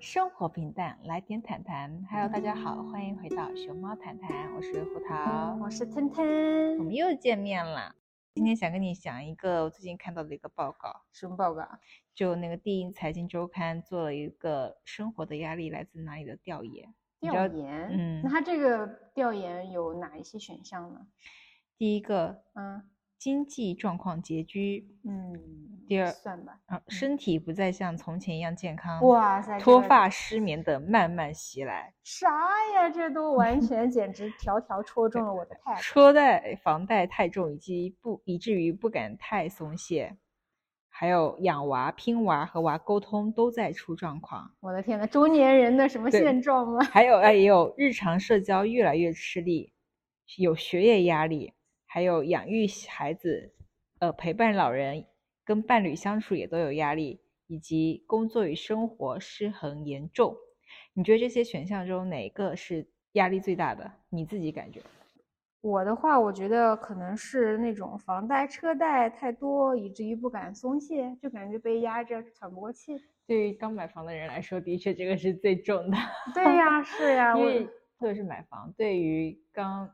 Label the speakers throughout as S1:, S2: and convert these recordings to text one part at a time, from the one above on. S1: 生活平淡，来点谈谈。Hello，大家好，欢迎回到熊猫谈谈，我是胡桃，
S2: 我是腾腾。
S1: 嗯我们又见面了。今天想跟你讲一个我最近看到的一个报告，啊
S2: 什么报告？
S1: 就那个《第一财经周刊》做了一个生活的压力来自哪里的调研。你知
S2: 调
S1: 道
S2: 研？
S1: 嗯
S2: 那它这个调研有哪一些选项呢？
S1: 第一个，
S2: 嗯
S1: 经济状况拮据，
S2: 嗯，
S1: 第二
S2: 算吧。
S1: 啊，身体不再像从前一样健康，
S2: 哇塞，这
S1: 脱
S2: 个
S1: 发、失眠等慢慢袭来。
S2: 啥呀？这都完全 简直条条戳中了我的 tag。
S1: 车贷、房贷太重，以及不以至于不敢太松懈，还有养娃、拼娃和娃沟通都在出状况，
S2: 我的天呐，中年人的什么
S1: 对
S2: 现 状吗？
S1: 还有哎，也有日常社交越来越吃力，有学业压力，还有养育孩子，呃，陪伴老人，跟伴侣相处也都有压力，以及工作与生活失衡严重。你觉得这些选项中哪个是压力最大的？你自己感觉？
S2: 我的话，我觉得可能是那种房贷、车贷太多，以至于不敢松懈，就感觉被压着喘不过气。
S1: 对于刚买房的人来说，的确这个是最重的。
S2: 对呀，是呀，
S1: 因
S2: 我
S1: 为特别是买房，对于刚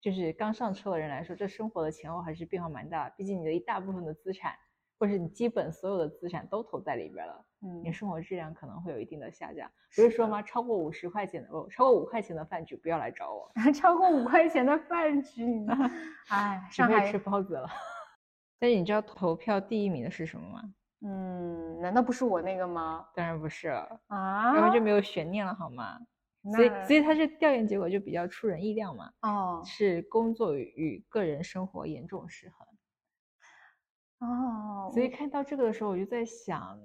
S1: 就是刚上车的人来说，这生活的前后还是变化蛮大的。毕竟你的一大部分的资产，或者是你基本所有的资产都投在里边了，
S2: 嗯
S1: 你的生活质量可能会有一定的下降。不是
S2: 是
S1: 说
S2: 的
S1: 吗？超过五十块钱的，哦，超过五块钱的饭局不要来找我，
S2: 超过五块钱的饭局，你哎，
S1: 只
S2: 上
S1: 可以
S2: 海
S1: 吃，包子了。 但是你知道投票第一名的是什么吗？
S2: 嗯，难道不是我那个吗？
S1: 当然不是了，
S2: 啊，
S1: 要不就没有悬念了好吗？所以，
S2: 那
S1: 所以它这调研结果就比较出人意料嘛。
S2: 哦
S1: 是工作与与个人生活严重失衡。
S2: 哦，
S1: 所以看到这个的时候，我就在想，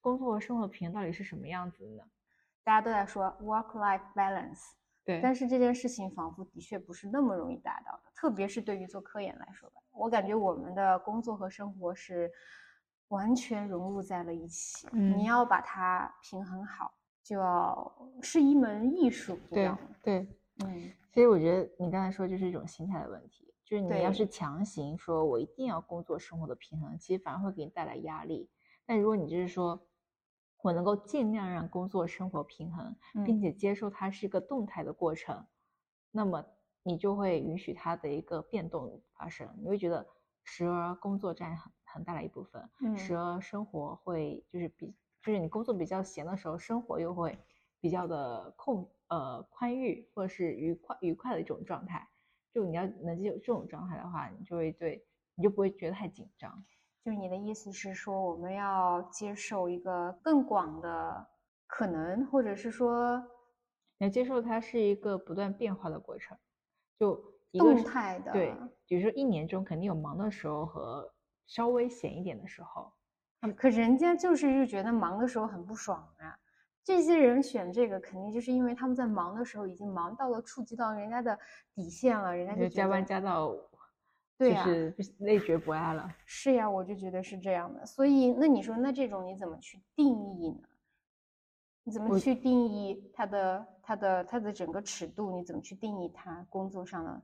S1: 工作和生活平衡到底是什么样子的呢？
S2: 大家都在说 work-life balance，
S1: 对
S2: 但是这件事情仿佛的确不是那么容易达到的，特别是对于做科研来说吧，我感觉我们的工作和生活是完全融入在了一起，
S1: 嗯
S2: 你要把它平衡好，就要是一门艺术，你知道
S1: 对啊
S2: 吗
S1: 对，
S2: 嗯，
S1: 所以我觉得你刚才说就是一种心态的问题，就是你要
S2: 对
S1: 是强行说我一定要工作生活的平衡，其实反而会给你带来压力。但如果你就是说我能够尽量让工作生活平衡，并
S2: 嗯
S1: 且接受它是一个动态的过程，那么你就会允许它的一个变动发生，你会觉得时而工作占很很大的一部分，
S2: 嗯
S1: 时而生活会就是比就是你工作比较闲的时候，生活又会比较的空呃宽裕或者是愉快愉快的一种状态。就你要能接受这种状态的话，你就会对你就不会觉得太紧张。
S2: 就是你的意思是说，我们要接受一个更广的可能，或者是说
S1: 你要接受它是一个不断变化的过程，就一个
S2: 动
S1: 是
S2: 态的，啊
S1: 对，比如说一年中肯定有忙的时候和稍微闲一点的时候，嗯
S2: 可人家就是就觉得忙的时候很不爽啊。这些人选这个，肯定就是因为他们在忙的时候已经忙到了触及到人家的底线了，人家
S1: 你就
S2: 就
S1: 加
S2: 觉
S1: 班
S2: 得
S1: 加到
S2: 对
S1: 就
S2: 啊
S1: 是不行累觉不爱了。
S2: 是呀，我就觉得是这样的。所以，那你说，那这种你怎么去定义呢？你怎么
S1: 我
S2: 去定义它的、它的、它的整个尺度？你怎么去定义它工作上的？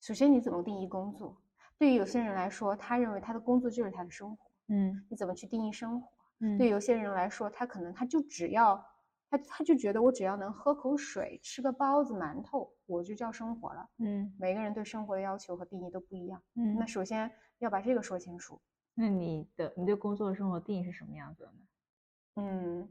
S2: 首先，你怎么定义工作？对于有些人来说，他认为他的工作就是他的生活，
S1: 嗯
S2: 你怎么去定义生活？
S1: 嗯
S2: 对，有些人来说，他可能他就只要他他就觉得我只要能喝口水、吃个包子、馒头，我就叫生活了。
S1: 嗯
S2: 每个人对生活的要求和定义都不一样。
S1: 嗯
S2: 那首先要把这个说清楚。
S1: 那你的你对工作和生活定义是什么样子的呢？
S2: 嗯，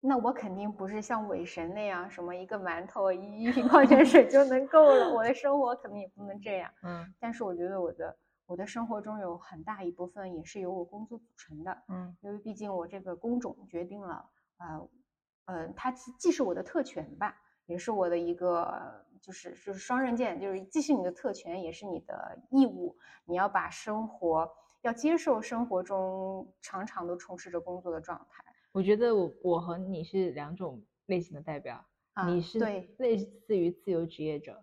S2: 那我肯定不是像韦神那样，什么一个馒头、一瓶矿泉水就能够了。我的生活肯定也不能这样。
S1: 嗯
S2: 但是我觉得我的我的生活中有很大一部分也是由我工作组成的。
S1: 嗯
S2: 因为毕竟我这个工种决定了，呃，呃，它既既是我的特权吧，也是我的一个，就是就是双刃剑，就是既是你的特权，也是你的义务，你要把生活要接受生活中常常都充斥着工作的状态
S1: 我觉得我我和你是两种类型的代表，
S2: 啊。
S1: 你是
S2: 对，
S1: 类似于自由职业者，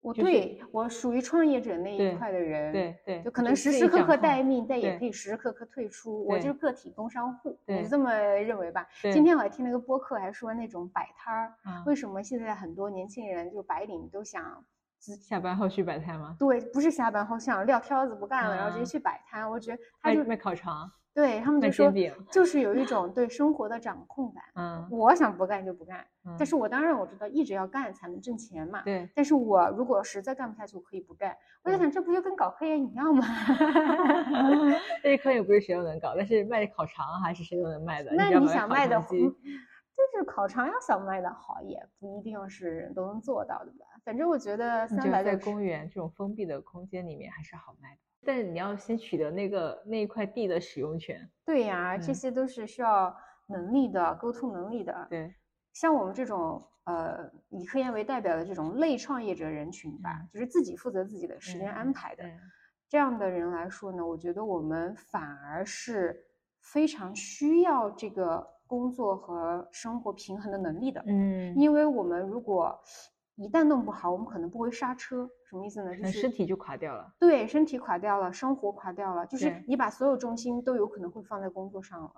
S2: 我
S1: 就是
S2: 对我属于创业者那
S1: 对
S2: 一块的人，
S1: 对对，
S2: 就可能
S1: 自
S2: 时
S1: 己
S2: 时刻
S1: 掌
S2: 刻
S1: 控
S2: 待命，但也
S1: 对
S2: 可以时时刻刻退出。我就
S1: 对
S2: 是个体工商户，你
S1: 对
S2: 是这么认为吧？
S1: 对
S2: 今天我还听了个播客，还说那种摆摊儿，
S1: 啊
S2: 为什么现在很多年轻人就白领都想
S1: 下班后去摆摊吗？
S2: 对，不是下班后想撂挑子不干了，然后直
S1: 嗯
S2: 接去摆摊？我觉得他
S1: 卖
S2: 就
S1: 卖烤肠，
S2: 对他们
S1: 卖
S2: 就说
S1: 煎饼，
S2: 就是有 一种对生活的掌控感。
S1: 嗯，
S2: 我想不干就不干，但
S1: 嗯
S2: 是我当然我知道一直要干才能挣钱嘛。
S1: 对，
S2: 但是我如果实在干不下去，我可以不干。我在
S1: 嗯
S2: 想，这不就跟搞科研一样吗？
S1: 但是科研不是谁都能搞，但是卖烤肠还是谁都能卖的。
S2: 那
S1: 只要
S2: 你
S1: 买
S2: 想
S1: 烤
S2: 卖的
S1: 肠
S2: 好，
S1: 机
S2: 就是烤肠要想卖的好，也不一定是人都能做到的吧。反正我觉得
S1: 你
S2: 三
S1: 觉
S2: 百
S1: 得在
S2: 六十
S1: 公园这种封闭的空间里面还是好卖的，但是你要先取得那个那一块地的使用权。
S2: 对呀、这
S1: 嗯
S2: 些都是需要能力的、沟通能力的。
S1: 对，嗯
S2: 像我们这种呃以科研为代表的这种类创业者人群吧，
S1: 嗯
S2: 就是自己负责自己的时间安排的、
S1: 嗯
S2: 这样的人来说呢，我觉得我们反而是非常需要这个工作和生活平衡的能力的。
S1: 嗯，
S2: 因为我们如果一旦弄不好，我们可能不会刹车。什么意思呢？就
S1: 嗯
S2: 是
S1: 身体就垮掉了。
S2: 对身体垮掉了，生活垮掉了，就是
S1: 对
S2: 你把所有重心都有可能会放在工作上了。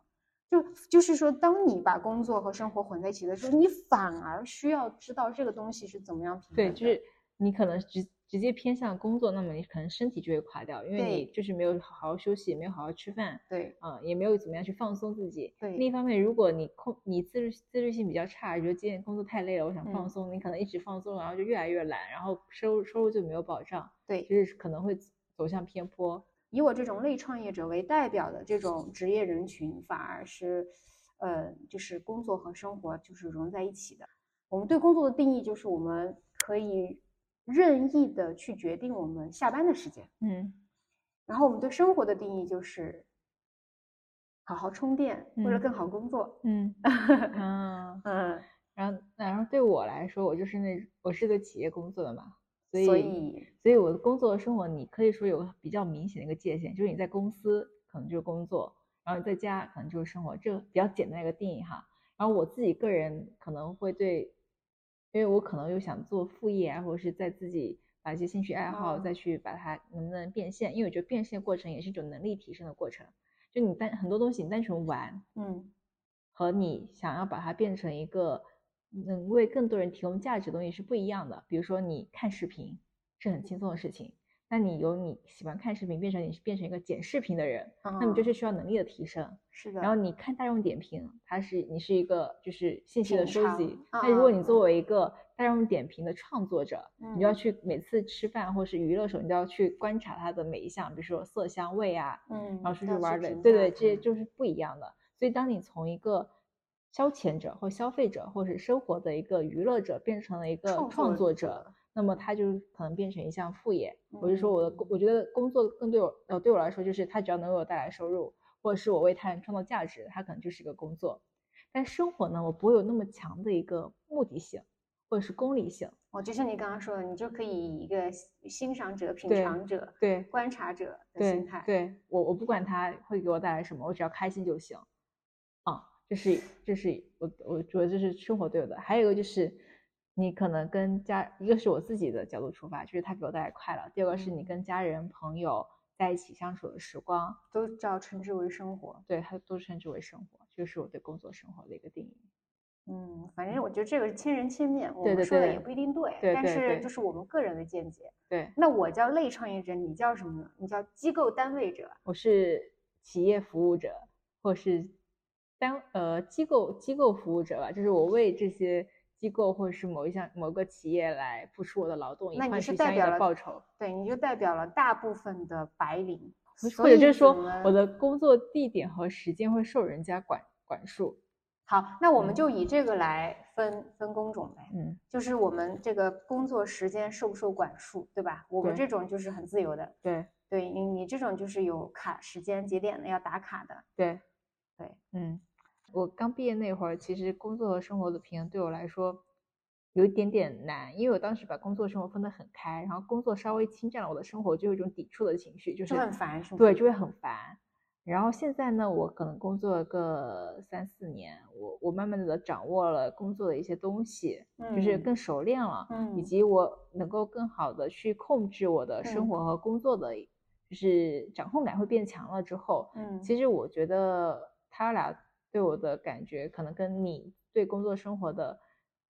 S2: 就就是说，当你把工作和生活混在一起的时候，你反而需要知道这个东西是怎么样平衡
S1: 对，
S2: 的
S1: 就是你可能直直接偏向工作，那么你可能身体就会垮掉，因为
S2: 对
S1: 你就是没有好好休息，没有好好吃饭，
S2: 对
S1: 啊、也没有怎么样去放松自己。
S2: 对
S1: 另一方面，如果你控你自律自律性比较差，觉得今天工作太累了，我想
S2: 嗯
S1: 放松，你可能一直放松，然后就越来越懒，然后收入收入就没有保障，
S2: 对。
S1: 就是可能会走向偏颇。
S2: 以我这种类创业者为代表的这种职业人群，反而是，呃，就是工作和生活就是融在一起的。我们对工作的定义就是我们可以任意的去决定我们下班的时间，
S1: 嗯
S2: 然后我们对生活的定义就是好好充电，为了
S1: 嗯
S2: 更好工作。
S1: 嗯啊，
S2: 嗯，
S1: 然后然后对我来说，我就是那我是在企业工作的嘛，所以
S2: 所以
S1: 所以我的工作和生活，你可以说有个比较明显的一个界限，就是你在公司可能就是工作，然后你在家可能就是生活，这个比较简单的一个定义哈。然后我自己个人可能会对，因为我可能又想做副业啊，或者是在自己把一些兴趣爱好
S2: 哦
S1: 再去把它能不能变现，因为我觉得变现过程也是一种能力提升的过程，就你单很多东西你单纯玩，
S2: 嗯，
S1: 和你想要把它变成一个能为更多人提供价值的东西是不一样的。比如说，你看视频是很轻松的事情，那你由你喜欢看视频变成你变成一个剪视频的人，那你就
S2: 嗯
S1: 是需要能力的提升。
S2: 是的。
S1: 然后你看大众点评，它是你是一个就是信息的
S2: 品
S1: 收
S2: 尝
S1: 集。
S2: 嗯
S1: 那如果
S2: 嗯
S1: 你
S2: 嗯
S1: 作为一个大众点评的创作者，你就要
S2: 嗯
S1: 去每次吃饭或是娱乐的时候，你都要去观察它的每一项，比如说色香味啊，
S2: 嗯，
S1: 然后出去
S2: 要
S1: 玩儿的，
S2: 评
S1: 对
S2: 价
S1: 对，这些
S2: 它
S1: 就是不一样的。所以，当你从一个消遣者或消费者，或是生活的一个娱乐者，变成了一个
S2: 嗯创
S1: 创
S2: 作
S1: 作
S2: 者
S1: 者，那么他就可能变成一项副业。我就说，我的工
S2: 嗯
S1: 我觉得工作更对我呃对我来说，就是他只要能为我带来收入，或者是我为他人创造价值，他可能就是一个工作。但生活呢，我不会有那么强的一个目的性，或者是功利性。
S2: 哦，就像你刚刚说的，你就可以以一个欣欣赏者、品
S1: 对
S2: 尝者、
S1: 对
S2: 观察者的
S1: 对
S2: 心态。
S1: 对，我我不管它会给我带来什么，我只要开心就行。啊，这是这是我我觉得这是生活对我的。还有一个就是，你可能跟家，一个是我自己的角度出发，就是它给我带来快乐；第二个是你
S2: 嗯
S1: 跟家人朋友在一起相处的时光，
S2: 都叫称之为生活。
S1: 对它都称之为生活，这就是我对工作生活的一个定义。
S2: 嗯，反正我觉得这个是千人千面，我
S1: 对
S2: 们
S1: 对
S2: 说的
S1: 对
S2: 也不一定对，
S1: 对
S2: 但
S1: 对
S2: 是
S1: 对
S2: 就是我们个人的见解。
S1: 对，
S2: 那我叫类创业者，你叫什么呢？你叫机构单位者。
S1: 我是企业服务者，或是单呃机构机构服务者吧，就是我为这些机构或是某一项某个企业来付出我的劳动，以
S2: 那你
S1: 换
S2: 是
S1: 取
S2: 代
S1: 相应
S2: 表
S1: 的
S2: 了
S1: 报酬，
S2: 对，你就代表了大部分的白领，所
S1: 或者
S2: 以
S1: 就是说
S2: 怎么
S1: 我的工作地点和时间会受人家管管束。
S2: 好，那我
S1: 嗯
S2: 们就以这个来分分工种呗，
S1: 嗯，
S2: 就是我们这个工作时间受不受管束，对吧？我们
S1: 对
S2: 这种就是很自由的，
S1: 对
S2: 对你你这种就是有卡时间节点的要打卡的，
S1: 对
S2: 对，
S1: 嗯，我刚毕业那会儿，其实工作和生活的平衡对我来说。有一点点难，因为我当时把工作生活分得很开，然后工作稍微侵占了我的生活，就有一种抵触的情绪，就是
S2: 就很烦，是吗？
S1: 对，就会很烦。然后现在呢，我可能工作了个三四年，我我慢慢的掌握了工作的一些东西，就是
S2: 嗯
S1: 更熟练了，以
S2: 嗯
S1: 及我能够更好的去控制我的
S2: 嗯
S1: 生活和工作的，就是掌控感会变强了之后，
S2: 嗯，
S1: 其实我觉得他俩对我的感觉，可能跟你对工作生活的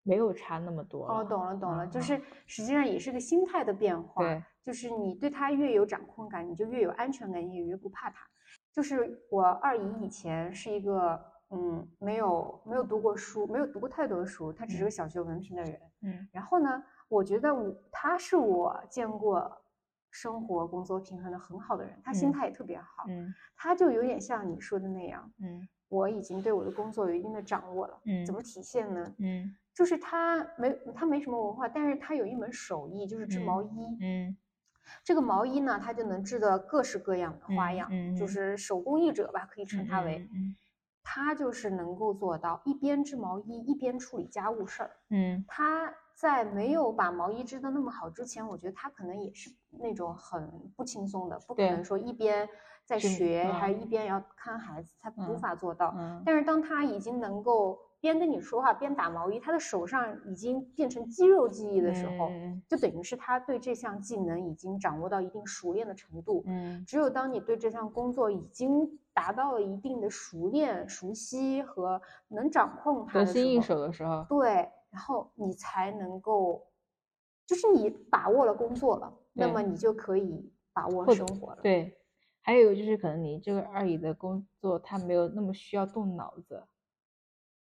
S1: 没有差那么多了。
S2: 哦，懂了懂了，就
S1: 嗯
S2: 是实际上也是个心态的变化，
S1: 对
S2: 就是你对它越有掌控感，你就越有安全感，也越不怕它。就是我二姨以前是一个嗯，没有没有读过书，没有读过太多的书，她只是个小学文凭的人。
S1: 嗯
S2: 然后呢，我觉得我她是我见过生活工作平衡的很好的人，她心
S1: 嗯
S2: 态也特别好，
S1: 嗯
S2: 她就有点像你说的那样，
S1: 嗯
S2: 我已经对我的工作有一定的掌握了。
S1: 嗯，
S2: 怎么体现呢？
S1: 嗯
S2: 就是她没她没什么文化，但是她有一门手艺，就是织
S1: 嗯
S2: 毛衣。
S1: 嗯
S2: 这个毛衣呢，它就能织的各式各样的花
S1: 嗯
S2: 样，
S1: 嗯
S2: 就
S1: 嗯
S2: 是手工艺者吧，可以称
S1: 嗯
S2: 他为。
S1: 嗯
S2: 他就是能够做到一边织毛衣一边处理家务事儿。
S1: 嗯
S2: 他在没有把毛衣织的那么好之前，我觉得他可能也是那种很不轻松的，不可
S1: 对
S2: 能说一边在
S1: 是
S2: 学，还
S1: 嗯
S2: 一边要看孩子，他无
S1: 嗯
S2: 法做到。
S1: 嗯
S2: 但是当他已经能够边跟你说话边打毛衣，他的手上已经变成肌肉记忆的时候，
S1: 嗯
S2: 就等于是他对这项技能已经掌握到一定熟练的程度。
S1: 嗯
S2: 只有当你对这项工作已经达到了一定的熟练、熟悉和能掌控
S1: 得
S2: 它的时
S1: 心应手
S2: 候，
S1: 的时候，
S2: 对，然后你才能够，就是你把握了工作了，那
S1: 对
S2: 么你就可以把握
S1: 或
S2: 生活了。
S1: 对。还有就是，可能你这个二姨的工作，她没有那么需要动脑子，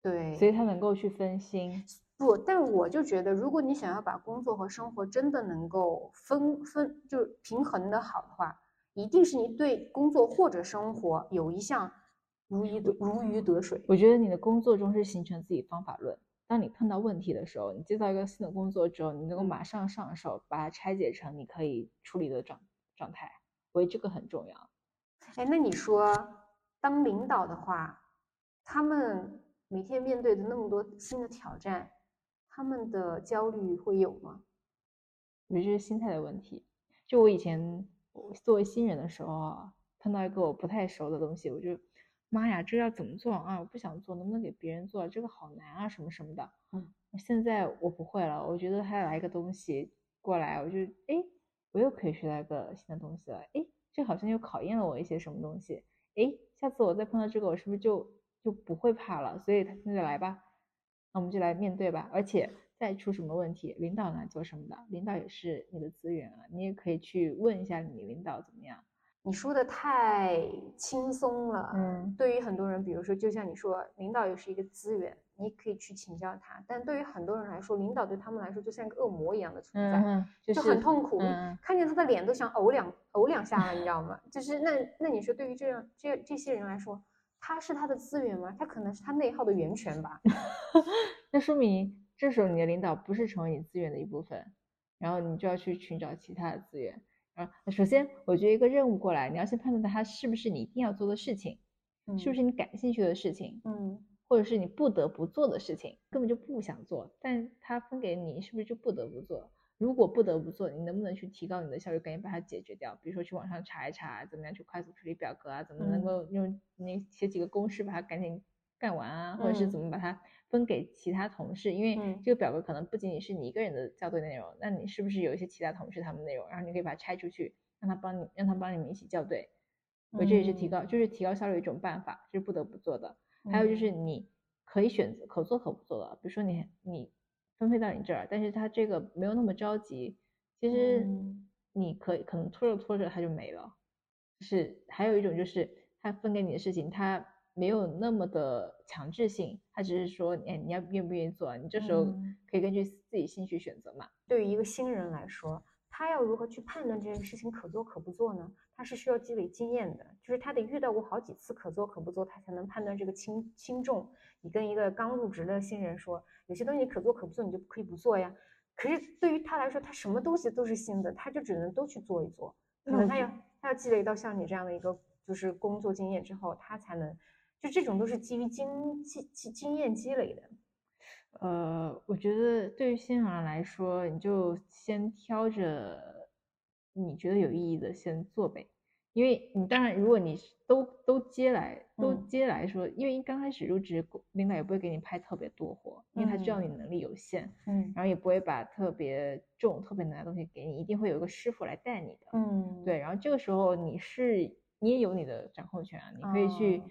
S2: 对，
S1: 所以她能够去分心。
S2: 不，但我就觉得，如果你想要把工作和生活真的能够分分，就是平衡的好的话，一定是你对工作或者生活有一项如鱼得如鱼得水。
S1: 我觉得你的工作中是形成自己方法论。当你碰到问题的时候，你接到一个新的工作之后，你能够
S2: 嗯
S1: 马上上手，把它拆解成你可以处理的状状态。我觉得这个很重要。
S2: 哎，那你说，当领导的话，他们每天面对的那么多新的挑战，他们的焦虑会有吗？
S1: 我觉得这是心态的问题。就我以前我作为新人的时候啊，碰到一个我不太熟的东西，我就妈呀，这要怎么做啊？我不想做，能不能给别人做啊？这个好难啊，什么什么的。
S2: 嗯，
S1: 现在我不会了，我觉得他来一个东西过来，我就哎，我又可以学到一个新的东西了。哎，这好像又考验了我一些什么东西。哎，下次我再碰到这个，我是不是就就不会怕了？所以他现在来吧，那我们就来面对吧。而且再出什么问题，领导来做什么的，领导也是你的资源啊，你也可以去问一下你领导怎么样。
S2: 你说的太轻松了。
S1: 嗯
S2: 对于很多人，比如说，就像你说，领导也是一个资源，你可以去请教他。但对于很多人来说，领导对他们来说就像一个恶魔一样的存在，
S1: 嗯，就
S2: 就是很痛苦。
S1: 嗯
S2: 看见他的脸都想呕两呕两下了，你知道吗？就是 那那你说，对于这样这这些人来说，他是他的资源吗？他可能是他内耗的源 泉吧。
S1: 那说明这时候你的领导不是成为你资源的一部分，然后你就要去寻找其他的资源。啊，首先我觉得一个任务过来，你要先判断它是不是你一定要做的事情，是不
S2: 是？
S1: 是你感兴趣的事情，
S2: 嗯，
S1: 或者是你不得不做的事情，根本就不想做，但它分给你，是不是就不得不做？如果不得不做，你能不能去提高你的效率，赶紧把它解决掉？比如说去网上查一查，怎么样去快速处理表格啊，怎么能
S2: 嗯
S1: 够用你写几个公式把它赶紧干完啊，或者是
S2: 嗯
S1: 怎么把它分给其他同事？因为
S2: 嗯
S1: 这个表格可能不仅仅是你一个人的校对内容，那你是不是有一些其他同事他们内容，然后你可以把它拆出去，让他帮你，让他帮你们一起校对。我这也是提
S2: 嗯
S1: 高，就是提高效率的一种办法，这是不得不做的。还有就是
S2: 嗯
S1: 你可以选择可做可不做的，比如说你你分配到你这儿，但是他这个没有那么着急，其实
S2: 嗯
S1: 你可以可能拖着拖着它就没了。就是还有一种就是他分给你的事情，他没有那么的强制性，他只是说哎你要愿不愿意做啊，你这时候
S2: 嗯
S1: 可以根据自己兴趣选择嘛。
S2: 对于一个新人来说，他要如何去判断这件事情可做可不做呢？他是需要积累经验的，就是他得遇到过好几次可做可不做，他才能判断这个轻轻重。你跟一个刚入职的新人说，有些东西可做可不做，你就可以不做呀。可是对于他来说，他什么东西都是新的，他就只能都去做一做。可
S1: 那
S2: 能
S1: 我
S2: 他
S1: 觉
S2: 要他要积累到像你这样的一个就是工作经验之后，他才能就这种都是基于经经经经验积累的。
S1: 呃，我觉得对于新人来说，你就先挑着你觉得有意义的先做呗。因为你当然，如果你是都都接来都
S2: 嗯
S1: 接来说，因为一刚开始入职，领导也不会给你派特别多活，因为他知道你能力有限，
S2: 嗯
S1: 然后也不会把特别重、特别难的东西给你，一定会有一个师傅来带你的。
S2: 嗯，
S1: 对，然后这个时候你是你也有你的掌控权啊，你可以去
S2: 哦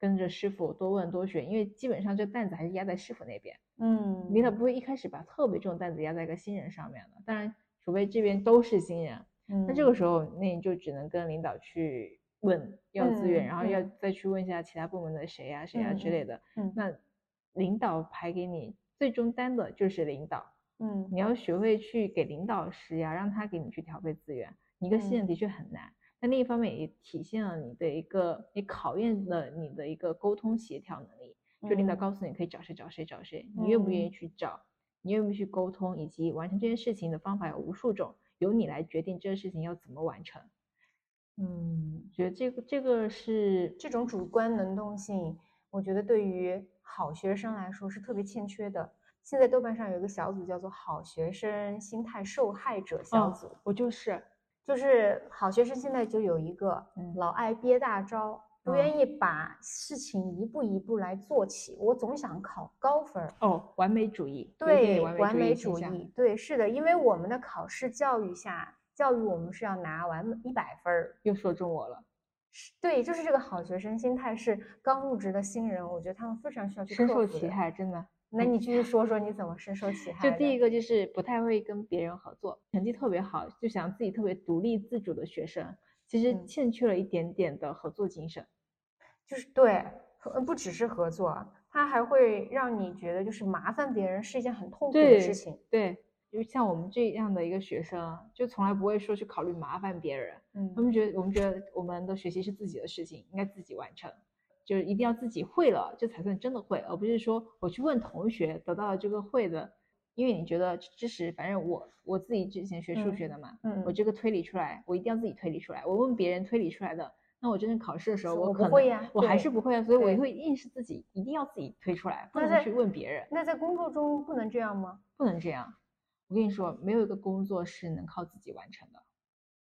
S1: 跟着师傅多问多学，因为基本上这担子还是压在师傅那边。
S2: 嗯，
S1: 领导不会一开始把特别重的担子压在一个新人上面的，当然，除非这边都是新人，那这个
S2: 嗯
S1: 时候那你就只能跟领导去问要资源，
S2: 嗯
S1: 然后要
S2: 嗯
S1: 再去问一下其他部门的谁呀、谁呀、啊之
S2: 嗯
S1: 类的。
S2: 嗯
S1: 那领导排给你最终担的就是领导，
S2: 嗯
S1: 你要学会去给领导施压，让他给你去调配资源。你一个新人
S2: 嗯
S1: 的确很难，但另一方面也体现了你的一个，也考验了你的一个沟通协调能力。就领导
S2: 嗯
S1: 告诉你可以找谁找谁找谁，你愿不愿意
S2: 嗯
S1: 去找，你愿不愿意去沟通，以及完成这件事情的方法有无数种，由你来决定这个事情要怎么完成。嗯，觉得这个这个是
S2: 这种主观能动性，我觉得对于好学生来说是特别欠缺的。现在豆瓣上有一个小组叫做“好学生心态受害者小
S1: 哦
S2: 组”，
S1: 我就是
S2: 就是好学生现在就有一个
S1: 嗯
S2: 老爱憋大招，不愿意把事情一步一步来做起。我总想考高分儿，
S1: 哦，完美主义，有一点
S2: 对，完美
S1: 主
S2: 主
S1: 倾向
S2: 义，对，是的，因为我们的考试教育下，教育我们是要拿完一百分儿，
S1: 又说中我了。
S2: 是对，就是这个好学生心态是刚入职的新人，我觉得他们非常需要去
S1: 深
S2: 克
S1: 受
S2: 服
S1: 其
S2: 的。
S1: 害，真的。
S2: 那你继续说说你怎么深受其害
S1: 就
S2: 的？
S1: 第一个就是不太会跟别人合作，成绩特别好，就想自己特别独立自主的学生，其实
S2: 嗯
S1: 欠缺了一点点的合作精神。
S2: 就是对，合不只是合作，它还会让你觉得就是麻烦别人是一件很痛苦的
S1: 对
S2: 事情。
S1: 对，就像我们这样的一个学生，啊就从来不会说去考虑麻烦别人。
S2: 嗯
S1: 我们觉得，我们觉得我们的学习是自己的事情，应该自己完成，就是一定要自己会了，这才算真的会，而不是说我去问同学得到了这个会的，因为你觉得知识，反正我我自己之前学数
S2: 嗯
S1: 学的嘛，
S2: 嗯，
S1: 我这个推理出来，我一定要自己推理出来。我问别人推理出来的，那我真正考试的时候，
S2: 是我
S1: 可
S2: 不
S1: 能
S2: 会呀
S1: 我还
S2: 对
S1: 是不会啊，所以我
S2: 对
S1: 会硬是自己一定要自己推出来，不
S2: 那
S1: 能
S2: 在
S1: 去问别人，
S2: 那在工作中不能这样吗？
S1: 不能这样。我跟你说，没有一个工作是能靠自己完成的。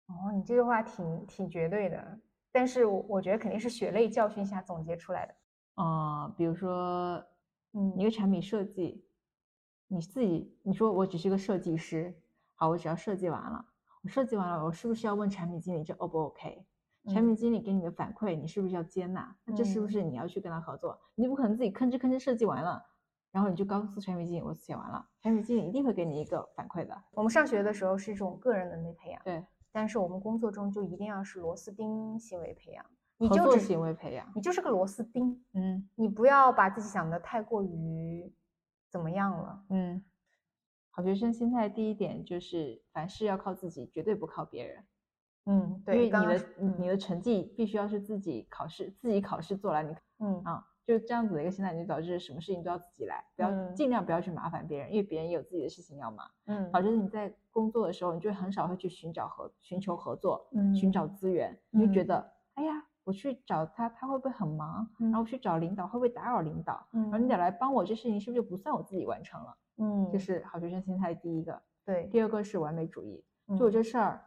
S2: 哦，你这句话挺挺绝对的，但是我我觉得肯定是血泪教训下总结出来的。
S1: 啊、比如说
S2: 嗯
S1: 一个产品设计，你自己你说我只是个设计师，好，我只要设计完了，我设计完了，我是不是要问产品经理这 O 不 OK？产品经理给你的反馈，你是不是要接纳？那这是不
S2: 嗯
S1: 是你要去跟他合作？你不可能自己吭哧吭哧设计完了，然后你就告诉产品经理我写完了，产品经理一定会给你一个反馈的。
S2: 我们上学的时候是一种个人能力培养，
S1: 对，
S2: 但是我们工作中就一定要是螺丝钉行为培养，你
S1: 合
S2: 就
S1: 作
S2: 只
S1: 行为培养，
S2: 你就是个螺丝钉，
S1: 嗯
S2: 你不要把自己想的太过于怎么样了。
S1: 嗯。好学生心态第一点就是凡事要靠自己，绝对不靠别人。
S2: 嗯，
S1: 因为
S2: 对，嗯
S1: 你
S2: 刚刚
S1: 的
S2: 说
S1: 你你的成绩必须要是自己考试自己考试做来，你
S2: 嗯嗯
S1: 啊就这样子的一个心态，你就导致什么事情都要自己来，不要、
S2: 嗯
S1: 尽量不要去麻烦别人，因为别人也有自己的事情要忙。
S2: 嗯
S1: 导致你在工作的时候，你就很少会去寻找合寻求合作，寻找资源，你就觉
S2: 嗯
S1: 得，哎呀，我去找他，他会不会很忙？然后我去找领导，会不会打扰领导？然后领导来帮我，这事情是不是就不算我自己完成了？
S2: 嗯，
S1: 这是好学生心态第一个，
S2: 对，嗯
S1: 第二个是完美主义。就我这事儿，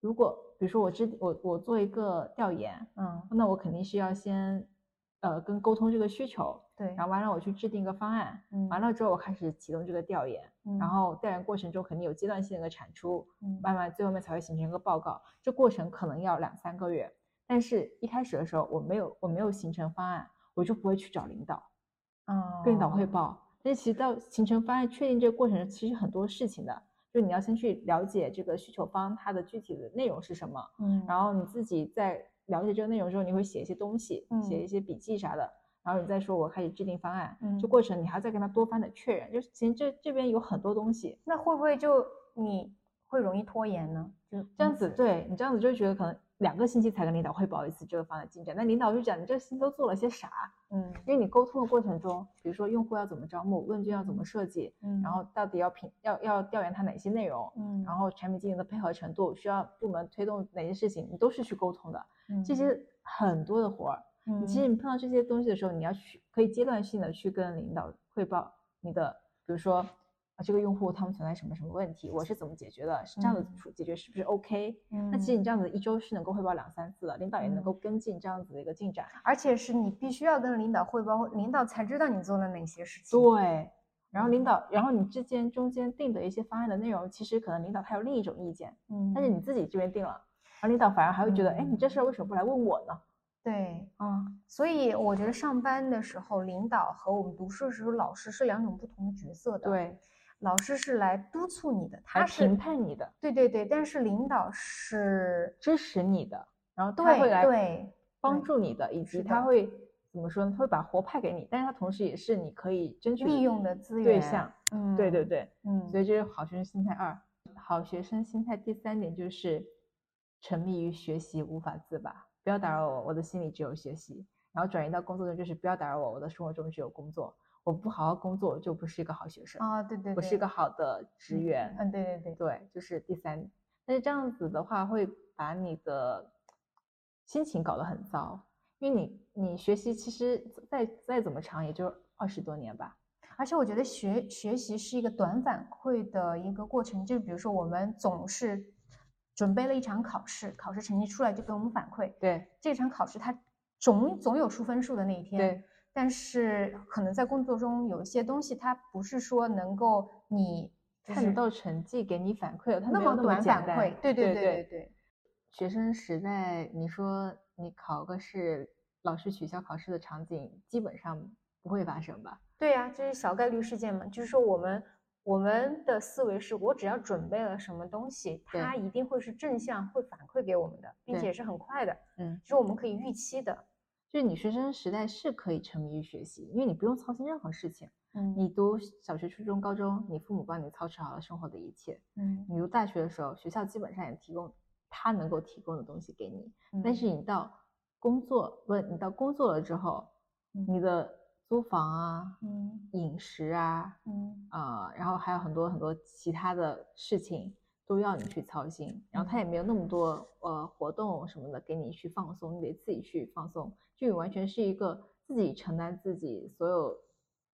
S1: 如果比如说我知我我做一个调研，
S2: 嗯
S1: 那我肯定是要先，呃，跟沟通这个需求，
S2: 对，
S1: 然后完了我去制定一个方案，完了之后我开始启动这个调研。
S2: 嗯，
S1: 然后调研过程中肯定有阶段性的一个产出，
S2: 嗯
S1: 慢慢最后面才会形成一个报告。这过程可能要两三个月，但是一开始的时候我没有我没有形成方案，我就不会去找领导
S2: 嗯
S1: 跟领导汇报。但是其实到形成方案确定这个过程，其实很多事情的，就你要先去了解这个需求方它的具体的内容是什么，
S2: 嗯，
S1: 然后你自己在了解这个内容之后，你会写一些东西，写
S2: 嗯
S1: 一些笔记啥的。然后你再说，我开始制定方案，这
S2: 嗯
S1: 过程你还要再跟他多番的确认，就是其实这这边有很多东西，
S2: 那会不会就你会容易拖延呢？就
S1: 这样子，对你这样子就会觉得可能两个星期才跟领导汇报一次这个方案的进展，那领导就讲你这个星期都做了些啥？
S2: 嗯
S1: 因为你沟通的过程中，比如说用户要怎么招募，问卷要怎么设计，
S2: 嗯，
S1: 然后到底要评要要调研他哪些内容，
S2: 嗯，
S1: 然后产品经理的配合程度，需要部门推动哪些事情，你都是去沟通的。这
S2: 嗯
S1: 些很多的活儿，你其实
S2: 嗯
S1: 你碰到这些东西的时候，你要去可以阶段性的去跟领导汇报你的，比如说啊这个用户他们存在什么什么问题，我是怎么解决的，是这样子
S2: 嗯
S1: 处解决是不是 OK？、那其实
S2: 嗯
S1: 你这样子一周是能够汇报两三次的，领导也能
S2: 嗯
S1: 够跟进这样子的一个进展。
S2: 而且是你必须要跟领导汇报，领导才知道你做了哪些事情。
S1: 对，然后领
S2: 嗯
S1: 导，然后你之间中间定的一些方案的内容，其实可能领导他有另一种意见，
S2: 嗯，
S1: 但是你自己这边定了，然后领导反而还会觉得，哎、你这事儿为什么不来问我呢？
S2: 对，
S1: 啊、
S2: 所以我觉得上班的时候，领导和我们读书的时候，老师是两种不同的角色的。，
S1: 对，
S2: 老师是来督促你的，他
S1: 来
S2: 是
S1: 评判你的，
S2: 对对对，但是领导是
S1: 支持你的，然然后他
S3: 对
S1: 会来
S2: 对，
S1: 帮助你的，以
S3: 是
S1: 及
S3: 的
S1: 他会怎么说呢？他会把活派给你，但是他同时也是你可以争取
S2: 利用的资源
S1: 对象。
S2: 嗯，
S1: 对对，对，
S2: 嗯，
S1: 所以这是好学生心态二。好学生心态第三点就是沉迷于学习无法自拔，不要打扰我，我的心里只有学习。然后转移到工作中就是不要打扰我，我的生活中只有工作。我不好好工作，我就不是一个好学生，
S2: 啊，对对，
S1: 不是一
S2: 对
S1: 个好的职员。
S2: 嗯，对对对，
S1: 对，就是第三。但是这样子的话，会把你的心情搞得很糟，因为你你学习其实再再怎么长，也就二十多年吧。
S2: 而且我觉得学学习是一个短反馈的一个过程，就比如说我们总是准备了一场考试，考试成绩出来就给我们反馈，
S1: 对
S2: 这场考试它总总有出分数的那一天。
S1: 对，
S2: 但是可能在工作中有一些东西，它不是说能够你就
S1: 看
S2: 是
S1: 得到成绩给你反馈了，它
S2: 那
S1: 没有
S2: 么
S1: 那
S2: 短
S1: 简
S2: 反
S1: 单
S2: 馈，对
S1: 对
S2: 对对对，
S1: 学生时代，你说你考个试，老师取消考试的场景基本上不会发生吧？
S2: 对呀、这是小概率事件嘛，就是说我们我们的思维是我只要准备了什么东西，
S1: 对
S2: 它一定会是正向，会反馈给我们的，并
S1: 对
S2: 且是很快的，
S1: 嗯，
S2: 就是我们可以预期的。
S1: 就是你学生时代是可以沉迷于学习，因为你不用操心任何事情。
S2: 嗯
S1: 你读小学、初中、高中，你父母帮你操持好了生活的一切。
S2: 嗯，
S1: 你读大学的时候，学校基本上也提供他能够提供的东西给你，
S2: 嗯
S1: 但是你到工作，不，你到工作了之后，你的租房啊、
S2: 嗯
S1: 饮食啊、
S2: 嗯
S1: 啊、然后还有很多很多其他的事情都要你去操心，然后他也没有那么多呃活动什么的给你去放松，你得自己去放松，就你完全是一个自己承担自己所有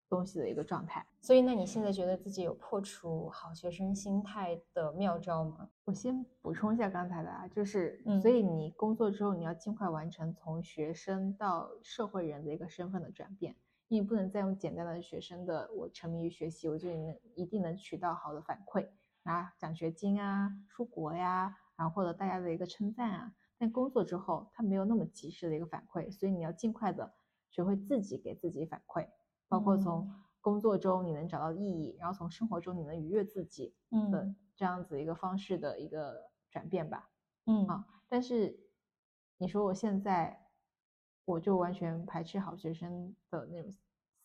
S1: 东西的一个状态。
S2: 所以那你现在觉得自己有破除好学生心态的妙招吗？
S1: 我先补充一下刚才的啊，就是，
S2: 嗯
S1: 所以你工作之后，你要尽快完成从学生到社会人的一个身份的转变，你不能再用简单的学生的我沉迷于学习，我就能一定能取到好的反馈啊，奖学金啊，出国呀，然后获得大家的一个称赞啊。但工作之后，他没有那么及时的一个反馈，所以你要尽快的学会自己给自己反馈，包括从工作中你能找到意义，然后从生活中你能愉悦自己，
S2: 嗯
S1: 的这样子一个方式的一个转变吧。
S2: 嗯
S1: 啊但是你说我现在我就完全排斥好学生的那种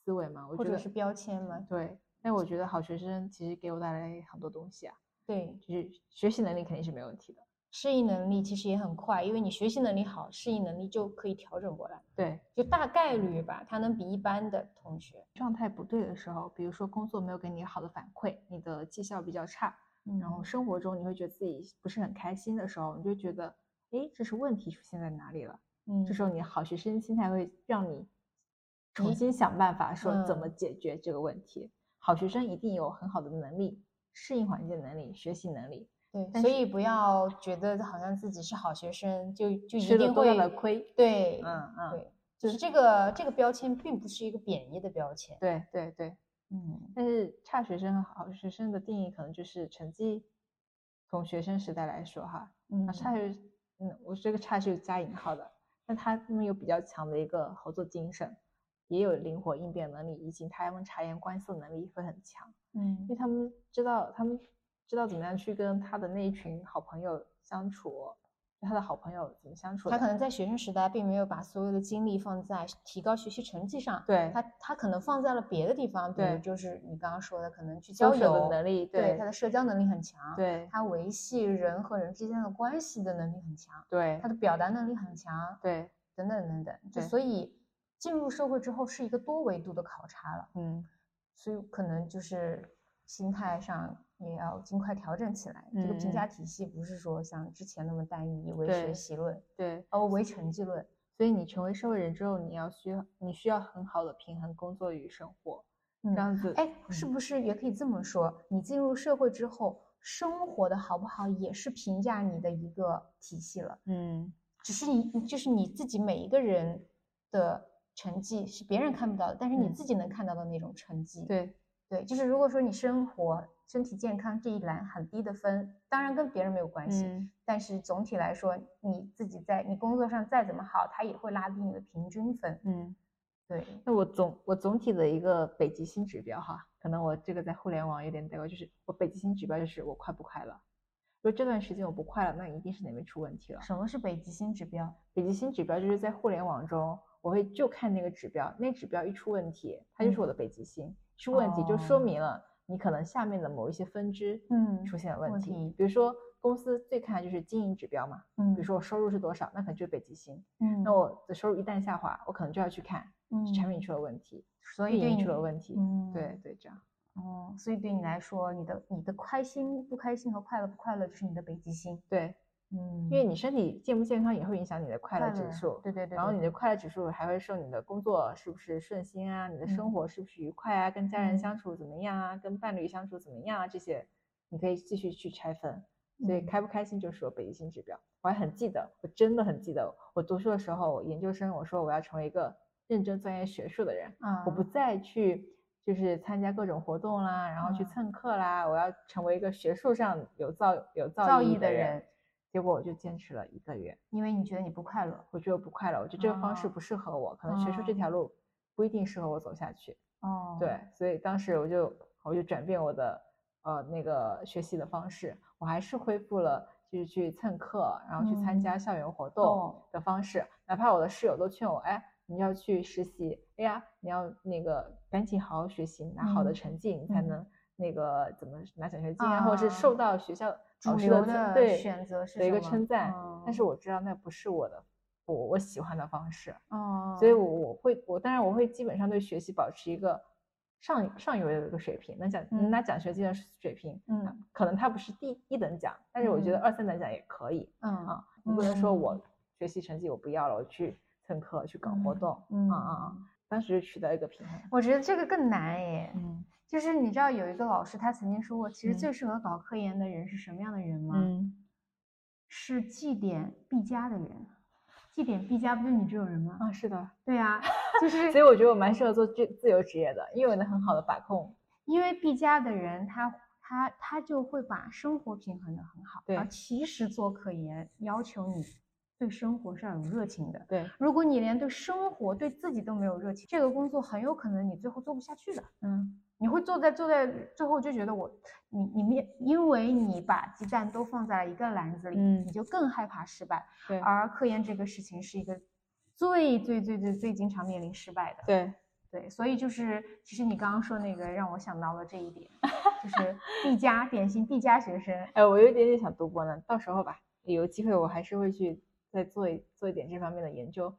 S1: 思维嘛？我
S2: 或
S1: 觉
S2: 者
S1: 得
S2: 是标签吗？
S1: 对，但我觉得好学生其实给我带来很多东西啊，
S2: 对，
S1: 就是学习能力肯定是没问题的，
S2: 适应能力其实也很快，因为你学习能力好，适应能力就可以调整过来，
S1: 对。
S2: 就大概率吧，它能比一般的同学，
S1: 状态不对的时候，比如说工作没有给你好的反馈，你的绩效比较差，
S2: 嗯
S1: 然后生活中你会觉得自己不是很开心的时候，你就觉得，诶，这是问题出现在哪里了？
S2: 嗯
S1: 这时候你的好学生心态会让你重
S2: 你
S1: 新想办法，说怎么
S2: 嗯
S1: 解决这个问题。好学生一定有很好的能力，适应环境能力、学习能力，
S2: 对，
S1: 但
S2: 所
S1: 是
S2: 以不要觉得好像自己是好学生就就一
S1: 吃了
S2: 定
S1: 多
S2: 会
S1: 大的亏？
S2: 对，
S1: 嗯嗯，
S2: 对，就是这个这个标签并不是一个贬义的标签，
S1: 对对对。
S2: 嗯
S1: 但是差学生和好学生的定义可能就是成绩，从学生时代来说哈，
S2: 嗯
S1: 啊，差是，嗯，我这个差是有加引号的。那他们有比较强的一个合作精神，也有灵活应变能力，以及他们察言观色能力会很强，因为
S2: 嗯
S1: 他们知道他们知道怎么样去跟他的那一群好朋友相处，他的好朋友怎么相处的。
S2: 他可能在学生时代并没有把所有的精力放在提高学习成绩上，
S1: 对
S2: 他他可能放在了别的地方，比如
S1: 对
S2: 就是你刚刚说的，可能去交
S1: 交
S2: 友
S1: 友的能力，
S2: 对
S1: 对
S2: 他的社交能力很强，
S1: 对
S2: 他维系人和人之间的关系的能力很强，
S1: 对
S2: 他的表达能力很强，
S1: 对，
S2: 等等等等，就
S1: 对
S2: 所以进入社会之后是一个多维度的考察了，
S1: 嗯，
S2: 所以可能就是心态上也要尽快调整起来。这个评
S1: 嗯
S2: 价体系不是说像之前那么单一，唯
S1: 对
S2: 学习论，
S1: 对。
S2: 哦，唯成绩论，
S1: 所以你成为社会人之后，你要需要你需要很好的平衡工作与生活，
S2: 嗯
S1: 这样子。嗯
S2: 哎，是不是也可以这么说？你进入社会之后，生活的好不好也是评价你的一个体系了。
S1: 嗯，
S2: 只是你，就是你自己每一个人的成绩是别人看不到的，但是你
S1: 嗯
S2: 自己能看到的那种成绩。
S1: 对
S2: 对，就是如果说你生活、身体健康这一栏很低的分，当然跟别人没有关系，
S1: 嗯
S2: 但是总体来说，你自己在你工作上再怎么好，它也会拉低你的平均分。
S1: 嗯。
S2: 对，
S1: 那我总我总体的一个北极星指标哈，可能我这个在互联网有点带过，就是我北极星指标就是我快不快乐。如果这段时间我不快乐，那一定是哪边出问题了。
S2: 什么是北极星指标？
S1: 北极星指标就是在互联网中，我会就看那个指标，那指标一出问题，它就是我的北极星。出问题就说明了你可能下面的某一些分支，
S2: 嗯
S1: 出现了问
S2: 问
S1: 题。
S2: 题
S1: 比如说公司最看的就是经营指标嘛，
S2: 嗯
S1: 比如说我收入是多少，那可能就是北极星。
S2: 嗯，
S1: 那我的收入一旦下滑，我可能就要去看是产
S2: 嗯
S1: 品出了问题，
S2: 所以
S1: 运
S2: 对
S1: 营
S2: 你
S1: 出了问题。
S2: 嗯
S1: 对对，这样。
S2: 哦，所以对你来说，你的你的开心不开心和快乐不快乐就是你的北极星，
S1: 对，
S2: 嗯，
S1: 因为你身体健不健康也会影响你的快乐指数，
S2: 对对对，
S1: 然后
S2: 对
S1: 你的快乐指数还会受你的工作是不是顺心啊，你的生
S2: 嗯
S1: 活是不是愉快啊，跟家人
S2: 嗯
S1: 相处怎么样啊，跟伴侣相处怎么样啊，这些你可以继续去拆分。所以
S2: 嗯
S1: 开不开心就是我北极星指标。我还很记得，我真的很记得，我读书的时候，我研究生我说我要成为一个认真钻研学术的人，
S2: 啊，
S1: 我不再去就是参加各种活动啦，然后去
S2: 嗯
S1: 蹭课啦，我要成为一个学术上有造有造
S2: 造
S1: 诣
S2: 诣的
S1: 人。
S2: 人
S1: 结果我就坚持了一个月，
S2: 因为你觉得你不快乐，
S1: 我觉得我不快乐，我觉得这个方式
S2: 哦
S1: 不适合我，可能学术这
S2: 哦
S1: 条路不一定适合我走下去。
S2: 哦，
S1: 对，所以当时我就我就转变我的呃那个学习的方式，我还是恢复了就是去蹭课，然后去参加
S2: 嗯
S1: 校园活动
S2: 哦
S1: 的方式，哪怕我的室友都劝我，哎，你要去实习，哎呀，你要那个赶紧好好学习，拿好的
S2: 嗯
S1: 成绩，你才
S2: 嗯
S1: 能那个怎么拿奖学金啊，或者是受
S2: 啊
S1: 到学校老
S2: 主
S1: 师
S2: 流
S1: 赞
S2: 的
S1: 对
S2: 选择是
S1: 的一
S2: 什
S1: 个
S2: 么
S1: 称赞，但是
S2: 哦
S1: 我知道那不是我的。我我喜欢的方式，
S2: 哦，
S1: 所以我我会我当然我会基本上对学习保持一个上上游的一个水平，能奖能
S2: 嗯
S1: 拿奖学金的水平，啊
S2: 嗯
S1: 可能它不是第一等奖，但是我觉得
S2: 嗯
S1: 二三等奖也可以。
S2: 嗯
S1: 啊你不能说
S2: 嗯
S1: 我学习成绩我不要了，我去蹭课去搞活
S2: 嗯
S1: 动，
S2: 嗯
S1: 啊啊啊！当时就取得一个平衡。
S2: 我觉得这个更难耶，
S1: 嗯
S2: 就是你知道有一个老师他曾经说过，其实
S1: 嗯
S2: 最适合搞科研的人是什么样的人吗？
S1: 嗯
S2: 是绩点必佳的人。绩点必佳不就是你这种人吗？
S1: 啊，是的，
S2: 对啊，就是
S1: 所以我觉得我蛮适合做自自由职业的，因为我能很好的把控。
S2: 因为毕加的人他。他他就会把生活平衡的很好，而
S1: 对
S2: 其实做科研要求你对生活是要有热情的。
S1: 对，
S2: 如果你连对生活、对自己都没有热情，这个工作很有可能你最后做不下去的。
S1: 嗯，
S2: 你会坐在坐在最后就觉得我你你们因为你把鸡蛋都放在了一个篮子里，
S1: 嗯
S2: 你就更害怕失败。
S1: 对
S2: 而科研这个事情是一个最最最最最经常面临失败的。
S1: 对，
S2: 对，所以就是，其实你刚刚说那个让我想到了这一点，就是 B 加典型 B 加学生，
S1: 哎，我有一点点想读博呢，到时候吧，有机会我还是会去再做一做一点这方面的研究。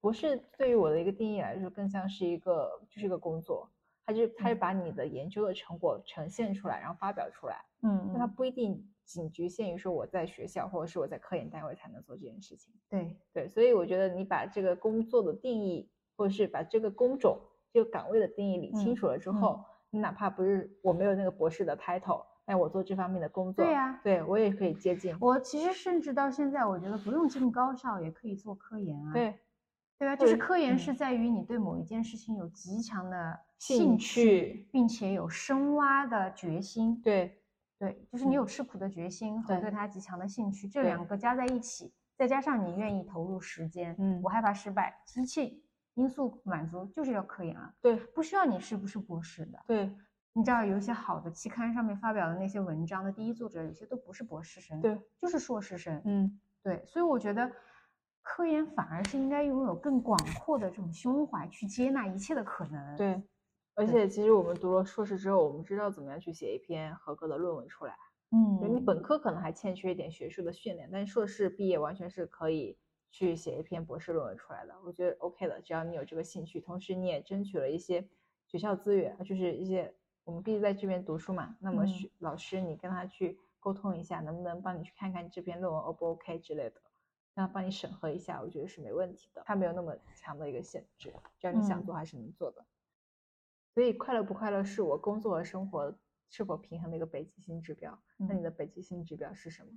S1: 博士对于我的一个定义来说，更像是一个就是一个工作，它就它是
S2: 嗯
S1: 把你的研究的成果呈现出来，然后发表出来。
S2: 嗯
S1: 那它不一定仅局限于说我在学校或者是我在科研单位才能做这件事情。
S2: 对，
S1: 对，所以我觉得你把这个工作的定义，或者是把这个工种、这个岗位的定义理清
S2: 嗯
S1: 楚了之
S2: 嗯
S1: 后，你哪怕不是我没有那个博士的 title，但我做这方面的工作，
S2: 对呀
S1: 对啊我也可以接近。
S2: 我其实甚至到现在，我觉得不用进高校也可以做科研啊，
S1: 对，
S2: 对啊，
S1: 或
S2: 就是
S1: 者
S2: 科研
S1: 嗯
S2: 是在于你对某一件事情有极强的
S1: 兴趣，
S2: 并且有深挖的决心，
S1: 对，
S2: 对，就是你
S1: 嗯
S2: 有吃苦的决心和
S1: 对
S2: 对它极强的兴趣，这
S1: 对
S2: 两个加在一起，再加上你愿意投入时间，
S1: 嗯
S2: 不害怕失败，一切因素满足就是要科研啊，
S1: 对，
S2: 不需要你是不是博士的。
S1: 对，
S2: 你知道有一些好的期刊上面发表的那些文章的第一作者，有些都不是博士生，
S1: 对，
S2: 就是硕士生，
S1: 嗯，
S2: 对，所以我觉得科研反而是应该拥有更广阔的这种胸怀，去接纳一切的可能。，
S1: 对。而
S2: 对
S1: 且，其实我们读了硕士之后，我们知道怎么样去写一篇合格的论文出来。就
S2: 嗯，
S1: 你本科可能还欠缺一点学术的训练，但是硕士毕业完全是可以去写一篇博士论文出来的，我觉得 OK 的，只要你有这个兴趣，同时你也争取了一些学校资源，就是一些我们毕竟在这边读书嘛，那么
S2: 嗯
S1: 学、老师你跟他去沟通一下，能不能帮你去看看这篇论文 O 不 OK 之类的。让他帮你审核一下，我觉得是没问题的。他没有那么强的一个限制，只要你想
S2: 嗯
S1: 做还是能做的。所以快乐不快乐是我工作和生活是否平衡的一个北极星指标。那你
S2: 嗯
S1: 的北极星指标是什么？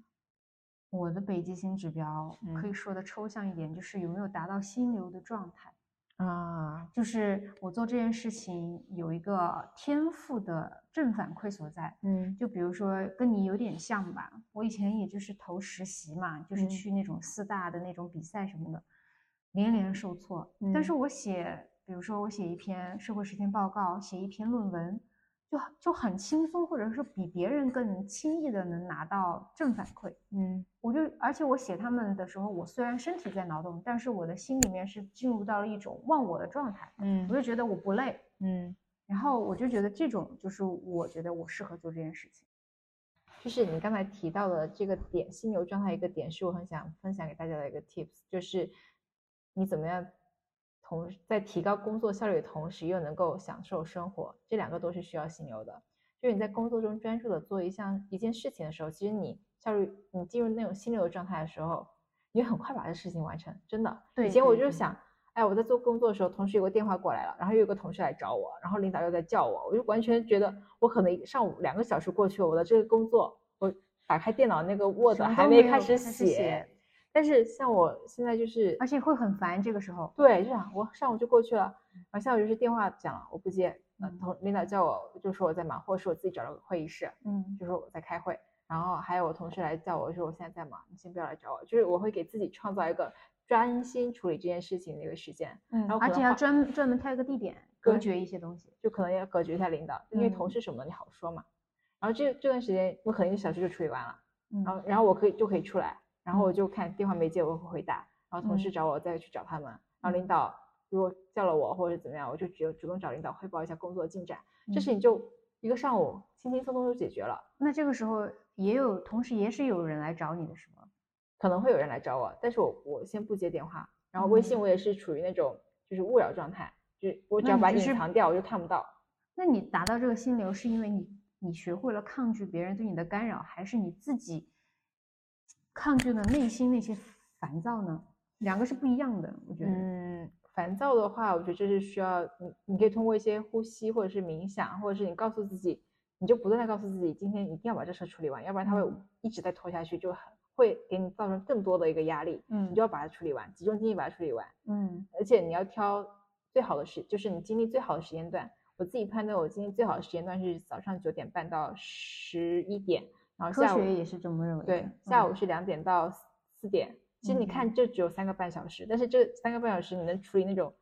S2: 我的北极星指标、可
S1: 嗯
S2: 以说的抽象一点，就是有没有达到心流的状态。
S1: 啊，
S2: 就是我做这件事情有一个天赋的正反馈所在，
S1: 嗯
S2: 就比如说跟你有点像吧，我以前也就是投实习嘛，就是
S1: 嗯
S2: 去那种四大的那种比赛什么的，连连受挫。但是
S1: 嗯
S2: 我写，比如说我写一篇社会实践报告，写一篇论文，就就很轻松，或者是比别人更轻易的能拿到正反馈。
S1: 嗯
S2: 我就而且我写他们的时候，我虽然身体在劳动，但是我的心里面是进入到了一种忘我的状态，我
S1: 嗯
S2: 就觉得我不累，
S1: 嗯，
S2: 然后我就觉得这种就是我觉得我适合做这件事情。
S1: 就是你刚才提到的这个点，心流状态一个点，是我很想分享给大家的一个 tips，就是你怎么样同在提高工作效率的同时，又能够享受生活，这两个都是需要心流的。就是你在工作中专注的做一项一件事情的时候，其实你效率，你进入那种心流的状态的时候，你会很快把这事情完成，真的。
S2: 对
S1: 以前我
S2: 对
S1: 就
S2: 对
S1: 想，哎，我在做工作的时候，同时有个电话过来了，然后又有个同事来找我，然后领导又在叫我，我就完全觉得我可能上午两个小时过去了，我的这个工作，我打开电脑那个 Word
S2: 什么
S1: 还
S2: 都
S1: 没
S2: 没
S1: 开
S2: 有
S1: 始
S2: 开始写
S1: 但是像我现在就是，
S2: 而且会很烦这个时候。
S1: 对，就想我上午就过去了，然后下午就是电话讲了，我不接，呃
S2: 嗯，
S1: 同领导叫我就说我在忙，或者是我自己找了个会议室，
S2: 嗯，
S1: 就说我在开会，然后还有我同事来叫我说我现在在忙，你先不要来找我，就是我会给自己创造一个专心处理这件事情的一个时间，
S2: 嗯
S1: 然后可
S2: 而
S1: 能
S2: 且要
S1: 花
S2: 专专门挑一个地点，隔
S1: 对
S2: 绝一些东西。
S1: 就可能要隔绝一下领导，因为同
S2: 嗯
S1: 事什么的你好说嘛。然后这这段时间我可能一小时就处理完了，
S2: 嗯
S1: 然后然后我可以就可以出来，然后我
S2: 嗯
S1: 就看电话没接我会回答，然后同事
S2: 嗯
S1: 找我再去找他们，然后领导如果叫了我或者怎么样，我就只有主动找领导汇报一下工作进展，这事
S2: 嗯
S1: 情就一个上午轻轻松松就解决了。
S2: 那这个时候也有，同时也是有人来找你的，是吗？
S1: 可能会有人来找我，但是我我先不接电话，然后微信
S2: 嗯
S1: 我也是处于那种就是勿扰状态，就是我只
S2: 那
S1: 要
S2: 你
S1: 把
S2: 就
S1: 隐
S2: 是
S1: 藏掉我就看不到。
S2: 那你达到这个心流，是因为你你学会了抗拒别人对你的干扰，还是你自己抗拒了内心那些烦躁呢？两个是不一样的，我觉得。
S1: 嗯，烦躁的话，我觉得这是需要你，你可以通过一些呼吸，或者是冥想，或者是你告诉自己，你就不断的告诉自己，今天一定要把这事处理完，要不然它会
S2: 嗯
S1: 一直在拖下去，就很会给你造成更多的一个压力。你
S2: 嗯
S1: 就要把它处理完，集中精力把它处理完，
S2: 嗯
S1: 而且你要挑最好的时，就是你精力最好的时间段。我自己判断，我精力最好的时间段是早上九点半到十一点，然后
S2: 科
S1: 下午
S2: 学也是这么认为的。
S1: 对，下午
S2: 嗯
S1: 是两点到四点。其实你
S2: 嗯
S1: 看，这只有三个半小时，但是这三个半小时你能处理那种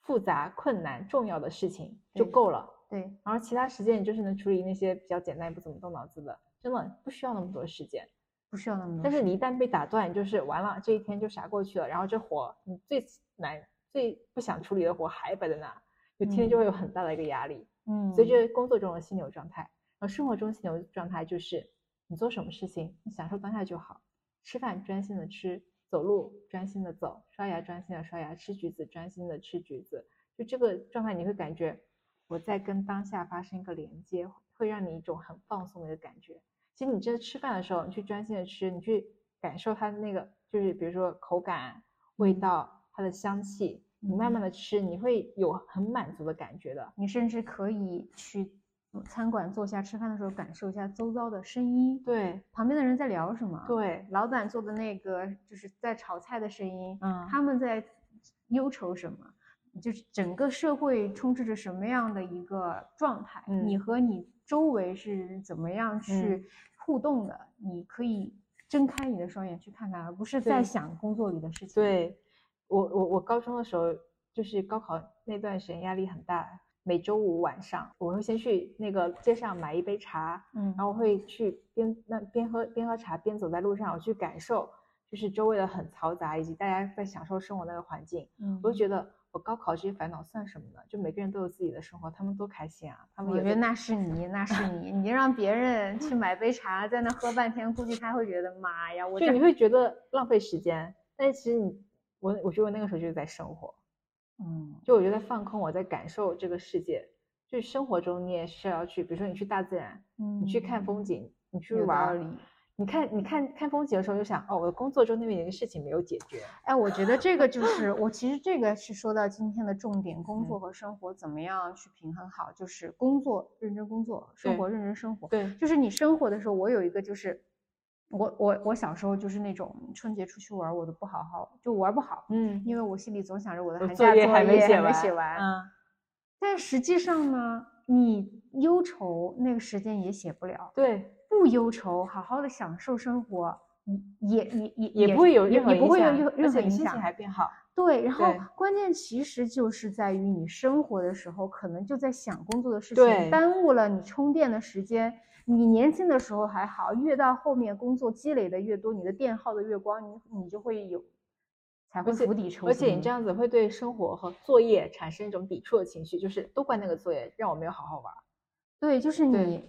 S1: 复杂、困难、重要的事情就
S2: 对
S1: 够了。
S2: 对，
S1: 然后其他时间你就是能处理那些比较简单、也不怎么动脑子的，真的不需要那么多时间。
S2: 不需要那么多。
S1: 但是你一旦被打断，你就是完了，这一天就傻过去了。然后这活你最难、最不想处理的活还摆在那，就天天就会有很大的一个压力。
S2: 嗯，
S1: 所以这是工作中的心流状态。而生活中心流状态就是你做什么事情，你享受当下就好。吃饭专心的吃，走路专心的走，刷牙专心的刷牙，吃橘子专心的吃橘子。就这个状态，你会感觉我在跟当下发生一个连接，会让你一种很放松的一个感觉。其实你真的吃饭的时候，你去专心的吃，你去感受它的那个，就是比如说口感、味道、它的香气，你慢慢的吃，你会有很满足的感觉的。
S2: 你甚至可以去嗯餐馆坐下吃饭的时候，感受一下周遭的声音，
S1: 对，
S2: 旁边的人在聊什么，，
S1: 对，
S2: 老板做的那个就是在炒菜的声音，
S1: 嗯
S2: 他们在忧愁什么，就是整个社会充斥着什么样的一个状态，你
S1: 嗯
S2: 和你周围是怎么样去互动的，你可以睁开你的双眼去看看，而不是在
S1: 对
S2: 想工作里的事情。，
S1: 对我我我高中的时候，就是高考那段时间压力很大，每周五晚上我会先去那个街上买一杯茶，
S2: 嗯，
S1: 然后会去边那边喝边喝茶边走在路上，我去感受就是周围的很嘈杂以及大家在享受生活那个环境，
S2: 嗯
S1: 我就觉得。我高考这些烦恼算什么呢？就每个人都有自己的生活，他们多开心啊！他们
S2: 我
S1: 有
S2: 觉得
S1: 的
S2: 那是你，那是你，你让别人去买杯茶，在那喝半天，估计他会觉得妈呀，我
S1: 就
S2: 这
S1: 你会觉得浪费时间，但是其实你我我觉得我那个时候就是在生活，
S2: 嗯
S1: 就我觉得放空，我在感受这个世界。就生活中你也是要去，比如说你去大自然，
S2: 嗯，
S1: 你去看风景，你去
S2: 有
S1: 玩
S2: 道
S1: 儿
S2: 理。
S1: 你看，你看看风景的时候，就想哦，我的工作中那边有一个事情没有解决。
S2: 哎，我觉得这个就是我其实这个是说到今天的重点，工
S1: 嗯
S2: 作和生活怎么样去平衡好，就是工作认真工作，生
S1: 对
S2: 活认真生活。
S1: 对，
S2: 就是你生活的时候，我有一个就是，我我我小时候就是那种春节出去玩儿，我都不好好就玩儿不好，
S1: 嗯，
S2: 因为我心里总想着我的
S1: 我
S2: 寒
S1: 作
S2: 假
S1: 业还
S2: 还
S1: 没
S2: 没
S1: 写
S2: 写
S1: 完
S2: 完，
S1: 嗯，
S2: 但实际上呢，你忧愁那个时间也写不了，
S1: 对，
S2: 不忧愁，好好的享受生活，也也也
S1: 也不会有
S2: 也
S1: 任何
S2: 也不
S1: 影
S2: 会有
S1: 响，
S2: 任
S1: 而
S2: 任何
S1: 且
S2: 影
S1: 你心情
S2: 响。
S1: 还变好。
S2: 对，然后
S1: 对
S2: 关键其实就是在于你生活的时候，可能就在想工作的事
S1: 对
S2: 情，耽误了你充电的时间。你年轻的时候还好，越到后面工作积累的越多，你的电耗的越光，你你就会有才会
S1: 且
S2: 釜底抽薪。
S1: 而且你这样子会对生活和作业产生一种抵触的情绪，就是都怪那个作业让我没有好好玩儿。
S2: 对，就是
S1: 对
S2: 你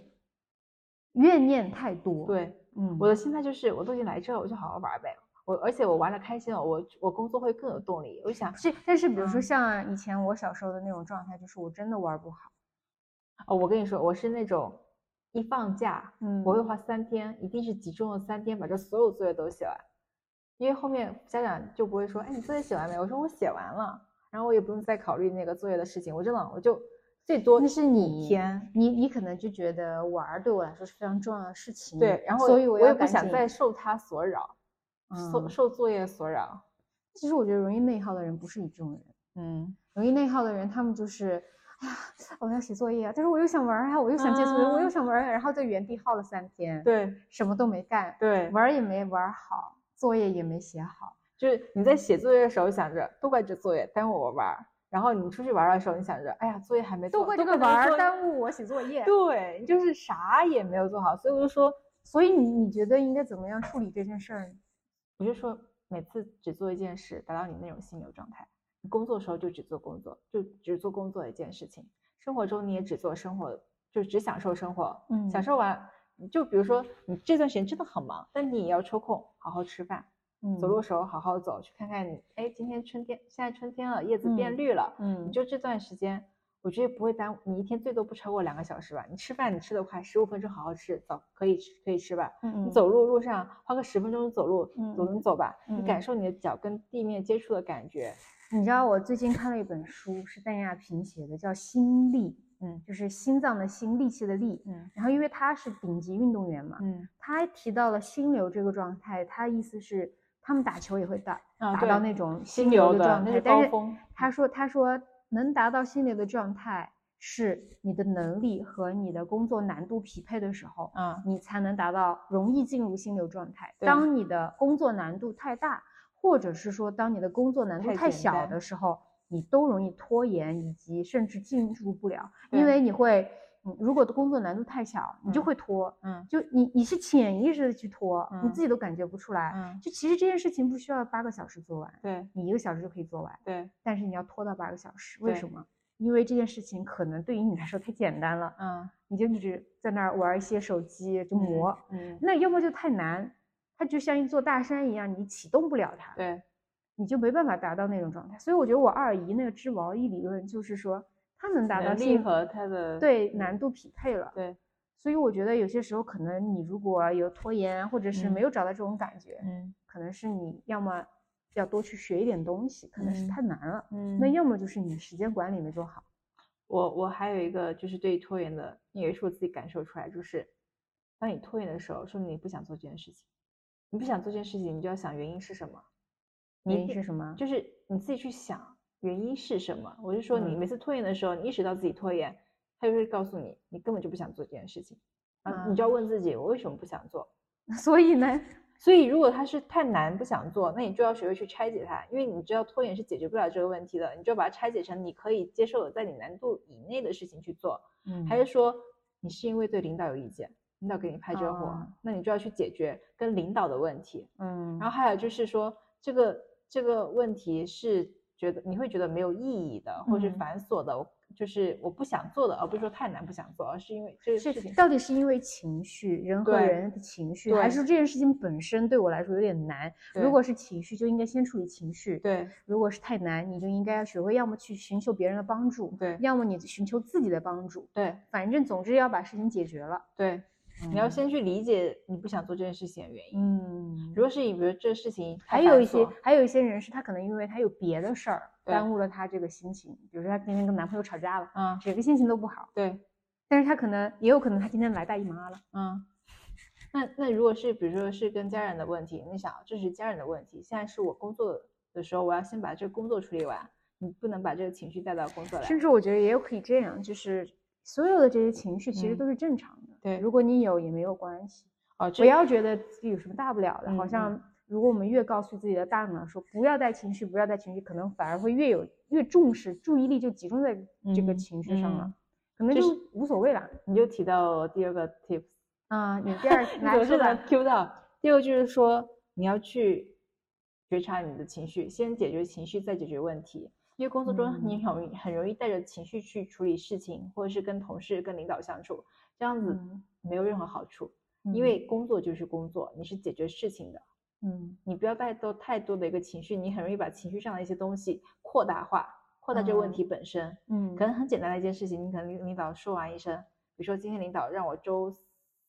S2: 怨念太多。，
S1: 对，
S2: 嗯，
S1: 我的心态就是我都已经来这儿，我就好好玩儿呗。我而且我玩的开心了，我我工作会更有动力。我就想
S2: 是，但是比如说
S1: 嗯
S2: 像以前我小时候的那种状态，就是我真的玩不好。
S1: 哦，我跟你说，我是那种一放假，
S2: 嗯
S1: 我会花三天，一定是集中了三天把这所有作业都写完，因为后面家长就不会说，哎，你作业写完没？我说我写完了，然后我也不用再考虑那个作业的事情，我真的我就最多
S2: 那是你
S1: 天，
S2: 你你可能就觉得玩儿对我来说是非常重要的事情，
S1: 对，然后
S2: 所以
S1: 我
S2: 要
S1: 也不
S2: 赶
S1: 想
S2: 紧
S1: 再受他所扰，受
S2: 嗯
S1: 受作业所扰，
S2: 其实我觉得容易内耗的人不是你这种人，
S1: 嗯，
S2: 容易内耗的人他们就是，哎呀，我要写作业啊，但是我又想玩儿啊，我又想接作业，我又
S1: 嗯
S2: 想玩儿啊，然后在原地耗了三天，，
S1: 对
S2: 什么都没干，
S1: 对，
S2: 玩儿也没玩儿好，作业也没写好，
S1: 就是你在写作业的时候想着都怪这作业耽误我玩儿，然后你出去玩儿的时候你想着，哎呀，作业还没做，
S2: 都怪这个
S1: 那
S2: 玩
S1: 作
S2: 儿
S1: 业
S2: 耽误我写作业，
S1: 对，就是啥也没有做好，所以我就说，
S2: 所以你你觉得应该怎么样处理这件事儿呢？
S1: 我就说，每次只做一件事，达到你那种心流状态。你工作的时候就只做工作，就只做工作的一件事情；生活中你也只做生活，就只享受生活。
S2: 嗯
S1: 享受完，就比如说你这段时间真的很忙，但你也要抽空好好吃饭，
S2: 嗯
S1: 走路的时候好好走，去看看你，哎，今天春天，现在春天了，叶子变
S2: 嗯
S1: 绿了，
S2: 嗯，
S1: 你就这段时间，我觉得不会耽误你一天，最多不超过两个小时吧。你吃饭你吃得快，十五分钟好好吃，早可以吃可以吃吧。
S2: 嗯
S1: 你
S2: 嗯
S1: 走路路上花个十分钟走路，走
S2: 嗯
S1: 你走吧，你
S2: 嗯
S1: 感受你的脚跟地面接触的感觉。
S2: 你知道
S1: 嗯
S2: 我最近看了一本书，是邓亚萍写的，叫《心力》，
S1: 嗯
S2: 就是心脏的心，力气的力。
S1: 嗯
S2: 然后因为他是顶级运动员嘛，
S1: 嗯
S2: 他还提到了心流这个状态，他意思是他们打球也会打、
S1: 啊
S2: 达到
S1: 对
S2: 那种
S1: 心
S2: 流
S1: 流的
S2: 状
S1: 那
S2: 态，
S1: 是
S2: 但
S1: 高
S2: 是
S1: 峰
S2: 他说他说能达到心流的状态是你的能力和你的工作难度匹配的时候，
S1: 啊
S2: 你才能达到容易进入心流状态。
S1: 对
S2: 当你的工作难度太大，或者是说当你的工作难度
S1: 太
S2: 太
S1: 简
S2: 小
S1: 单
S2: 的时候，你都容易拖延以及甚至进入不了，因
S1: 对
S2: 为你会，嗯如果工作难度太小，你
S1: 嗯
S2: 就会拖，
S1: 嗯
S2: 就你你是潜意识的去拖，你
S1: 嗯
S2: 自己都感觉不出来。
S1: 嗯，
S2: 就其实这件事情不需要八个小时做完，
S1: 对
S2: 你一个小时就可以做完，
S1: 对，
S2: 但是你要拖到八个小时，为
S1: 对
S2: 什么？因为这件事情可能对于你来说太简单了，
S1: 嗯
S2: 你就一直在那儿玩一些手机就磨，
S1: 嗯
S2: 那要么就太难，它就像一座大山一样，你启动不了它，
S1: 对
S2: 你就没办法达到那种状态。所以我觉得我二姨那个织毛衣理论就是说，它能达到
S1: 能力
S2: 性
S1: 和他的
S2: 对
S1: 嗯
S2: 难度匹配了。
S1: 对
S2: 所以我觉得有些时候可能你如果有拖延，或者是没
S1: 嗯
S2: 有找到这种感觉，
S1: 嗯
S2: 可能是你要么要多去学一点东西，可能是
S1: 嗯
S2: 太难了。
S1: 嗯
S2: 那要么就是你时间管理没做好，
S1: 我我还有一个就是对于拖延的，也是我自己感受出来，就是当你拖延的时候，说明你不想做这件事情，你不想做这件事情，你就要想原因是什么，你
S2: 原
S1: 一
S2: 因
S1: 定
S2: 是什么？
S1: 就是你自己去想原因是什么。我就说你
S2: 嗯
S1: 每次拖延的时候，你意识到自己拖延，他就会告诉你，你根本就不想做这件事情，啊，你就要问自己，我为什么不想做？
S2: 所以呢，
S1: 所以，如果它是太难不想做，那你就要学会去拆解它，因为你知道拖延是解决不了这个问题的，你就把它拆解成你可以接受的，在你难度以内的事情去做。
S2: 嗯
S1: 还是说你是因为对领导有意见，领导给你派这个活，
S2: 啊
S1: 那你就要去解决跟领导的问题。
S2: 嗯，
S1: 然后还有就是说，这个这个问题是觉得你会觉得没有意义的，或是
S2: 嗯
S1: 繁琐的，就是我不想做的，而不是说太难不想做，而是因为这个
S2: 是
S1: 事情
S2: 到底是因为情绪，人和
S1: 对
S2: 人的情绪，还
S1: 对
S2: 是说这件事情本身对我来说有点难？
S1: 对
S2: 如果是情绪，就应该先处理情绪；，
S1: 对
S2: 如果是太难，你就应该要学会要么去寻求别人的帮助，
S1: 对
S2: 要么你寻求自己的帮助。
S1: 对
S2: 反正总之要把事情解决了。
S1: 对，你要先去理解你不想做这件事情的原因。
S2: 嗯，
S1: 如果是你比如这事情太
S2: 还有
S1: 繁
S2: 一些
S1: 琐
S2: 还有一些人是他可能因为他有别的事儿
S1: 对
S2: 耽误了他这个心情，比如说他今天跟男朋友吵架了，
S1: 嗯
S2: 整个心情都不好，
S1: 对
S2: 但是他可能也有可能他今天来大姨妈了。
S1: 嗯。那那如果是比如说是跟家人的问题，你想这是家人的问题，现在是我工作的时候，我要先把这个工作处理完，你不能把这个情绪带到工作来。
S2: 甚至我觉得也有可以这样，就是所有的这些情绪其实
S1: 嗯
S2: 都是正常的。
S1: 对
S2: 如果你有也没有关系，
S1: 哦，
S2: 不
S1: 这
S2: 要觉得自己有什么大不了的，
S1: 嗯
S2: 好
S1: 嗯
S2: 像如果我们越告诉自己的大脑说不要带情绪，不要带情绪，可能反而会越有越重视，注意力就集中在这个
S4: 嗯
S2: 情绪上了，
S4: 嗯
S2: 可能
S1: 就
S2: 就是无所谓了。
S1: 你就提到第二个 tips，
S2: 啊、你 第二来
S1: 总嗯是
S2: 说
S1: 能
S2: 吧，
S1: Q 到。第二个就是说，你要去觉察你的情绪，先解决情绪，再解决问题。因为工作中你很容易很容易带着情绪去处理事情，或者是跟同事、跟领导相处，这样子
S2: 嗯
S1: 没有任何好处。因为工作就是工作，你是解决事情的，
S2: 嗯
S1: 你不要带多太多的一个情绪，你很容易把情绪上的一些东西扩大化，扩大这个问
S2: 嗯
S1: 题本身。
S2: 嗯，
S1: 可能很简单的一件事情，你可能领领导说完一声，比如说今天领导让我周